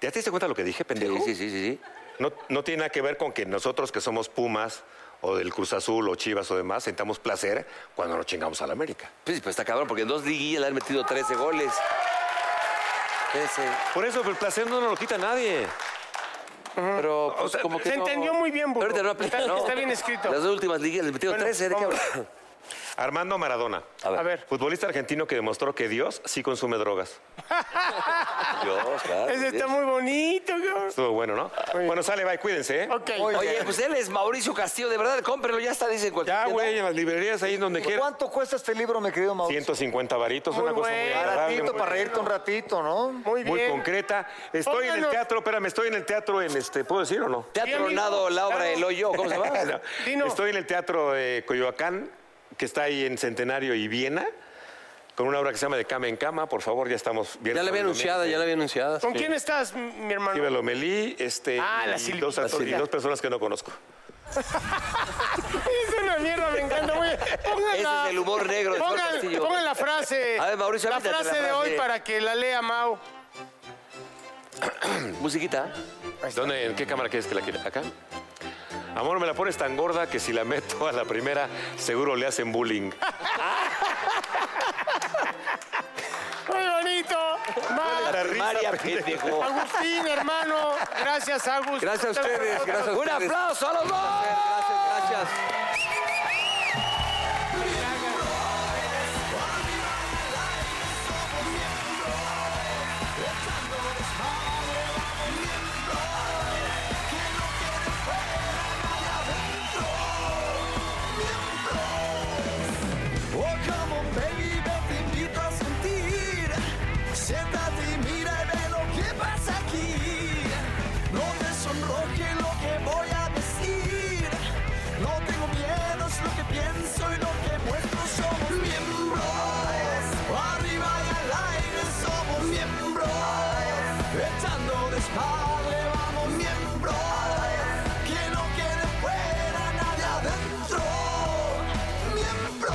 [SPEAKER 6] ¿Ya te diste cuenta de lo que dije, pendejo?
[SPEAKER 1] Sí, sí, sí, sí. sí.
[SPEAKER 6] No, no tiene nada que ver con que nosotros que somos Pumas o del Cruz Azul o Chivas o demás sentamos placer cuando nos chingamos al América.
[SPEAKER 1] Pues, pues está cabrón, porque en dos liguillas le han metido 13 goles. 13.
[SPEAKER 6] Por eso el placer no nos lo quita nadie.
[SPEAKER 1] Pero, pues, como que
[SPEAKER 2] Se
[SPEAKER 1] no.
[SPEAKER 2] entendió muy bien, burro.
[SPEAKER 1] Ahorita no aplica.
[SPEAKER 2] Está-
[SPEAKER 1] no.
[SPEAKER 2] está bien escrito.
[SPEAKER 1] Las dos últimas liguillas le metieron
[SPEAKER 2] Bueno,
[SPEAKER 1] 13. ¿De qué
[SPEAKER 2] vamos.
[SPEAKER 1] hablas?
[SPEAKER 6] Armando Maradona.
[SPEAKER 1] A ver.
[SPEAKER 2] A ver,
[SPEAKER 6] Futbolista argentino que demostró que Dios sí consume drogas.
[SPEAKER 1] Dios, claro.
[SPEAKER 2] ese está muy bonito, cabrón.
[SPEAKER 6] Estuvo bueno, ¿no? Bueno, sale, bye, cuídense. ¿eh?
[SPEAKER 2] Ok.
[SPEAKER 1] Oye, pues él es Mauricio Castillo, de verdad, cómprelo, ya está, dicen cualquier.
[SPEAKER 6] Ya, güey, en las librerías, ahí donde quieras.
[SPEAKER 3] ¿Cuánto cuesta este libro, mi querido Mauricio?
[SPEAKER 6] 150 varitos,
[SPEAKER 2] Muy
[SPEAKER 6] una cosa muy
[SPEAKER 2] bueno.
[SPEAKER 6] agradable,
[SPEAKER 3] Baratito
[SPEAKER 6] muy-
[SPEAKER 3] para reírte un ratito, ¿no?
[SPEAKER 2] Muy
[SPEAKER 6] Muy
[SPEAKER 2] bien.
[SPEAKER 6] concreta. Estoy en el
[SPEAKER 2] Pónganos.
[SPEAKER 6] teatro, espérame, estoy en el teatro en este, ¿puedo decir o no?
[SPEAKER 1] Te ha
[SPEAKER 2] Sí, amigo,
[SPEAKER 1] tronado la obra
[SPEAKER 2] claro.
[SPEAKER 1] El Hoyo, ¿cómo se llama?
[SPEAKER 2] Dino.
[SPEAKER 6] Estoy en el teatro de Coyoacán, que está ahí en Centenario y Viena, con una obra que se llama De Cama en Cama, por favor, ya estamos bien.
[SPEAKER 7] Ya la había anunciada, ya la había anunciada.
[SPEAKER 2] ¿Con quién estás, m- mi hermano?
[SPEAKER 6] Melí, este,
[SPEAKER 2] Ah, la
[SPEAKER 6] y,
[SPEAKER 2] Silvia.
[SPEAKER 6] dos actores-
[SPEAKER 7] La
[SPEAKER 6] y
[SPEAKER 7] Silvia.
[SPEAKER 6] dos personas que no conozco.
[SPEAKER 2] Es una mierda, me encanta. Oye, pongan
[SPEAKER 1] Ese
[SPEAKER 2] la-
[SPEAKER 1] es el humor negro de Juan
[SPEAKER 2] Pongan,
[SPEAKER 1] Castillo.
[SPEAKER 2] pongan la frase.
[SPEAKER 1] A ver, Mauricio,
[SPEAKER 2] La
[SPEAKER 1] aviéntate la
[SPEAKER 2] frase de hoy
[SPEAKER 1] frase.
[SPEAKER 2] para que la lea Mau.
[SPEAKER 1] Musiquita.
[SPEAKER 6] ¿Dónde, ¿En qué cámara quieres que la quiera? ¿Acá? Amor, me la pones tan gorda que si la meto a la primera, seguro le hacen bullying.
[SPEAKER 2] Muy bonito. Mau,
[SPEAKER 6] La risa,
[SPEAKER 1] María pendejo.
[SPEAKER 2] Agustín, hermano. Gracias, Agus.
[SPEAKER 7] Gracias a ustedes, gracias a
[SPEAKER 1] Un
[SPEAKER 7] ustedes.
[SPEAKER 1] aplauso a los dos.
[SPEAKER 7] Gracias, gracias.
[SPEAKER 8] Oh, come on, baby, yo te invito a sentir. Siéntate y mira y ve lo que pasa aquí. No te sonroje lo que voy a decir. No tengo miedo, es lo que pienso y lo que muestro. Somos miembros. Arriba y al aire somos miembros. Echando desmadre vamos miembros. Que no quede fuera nadie adentro. Miembros.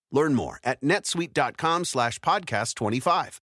[SPEAKER 9] Learn more at netsuite.com slash podcast 25.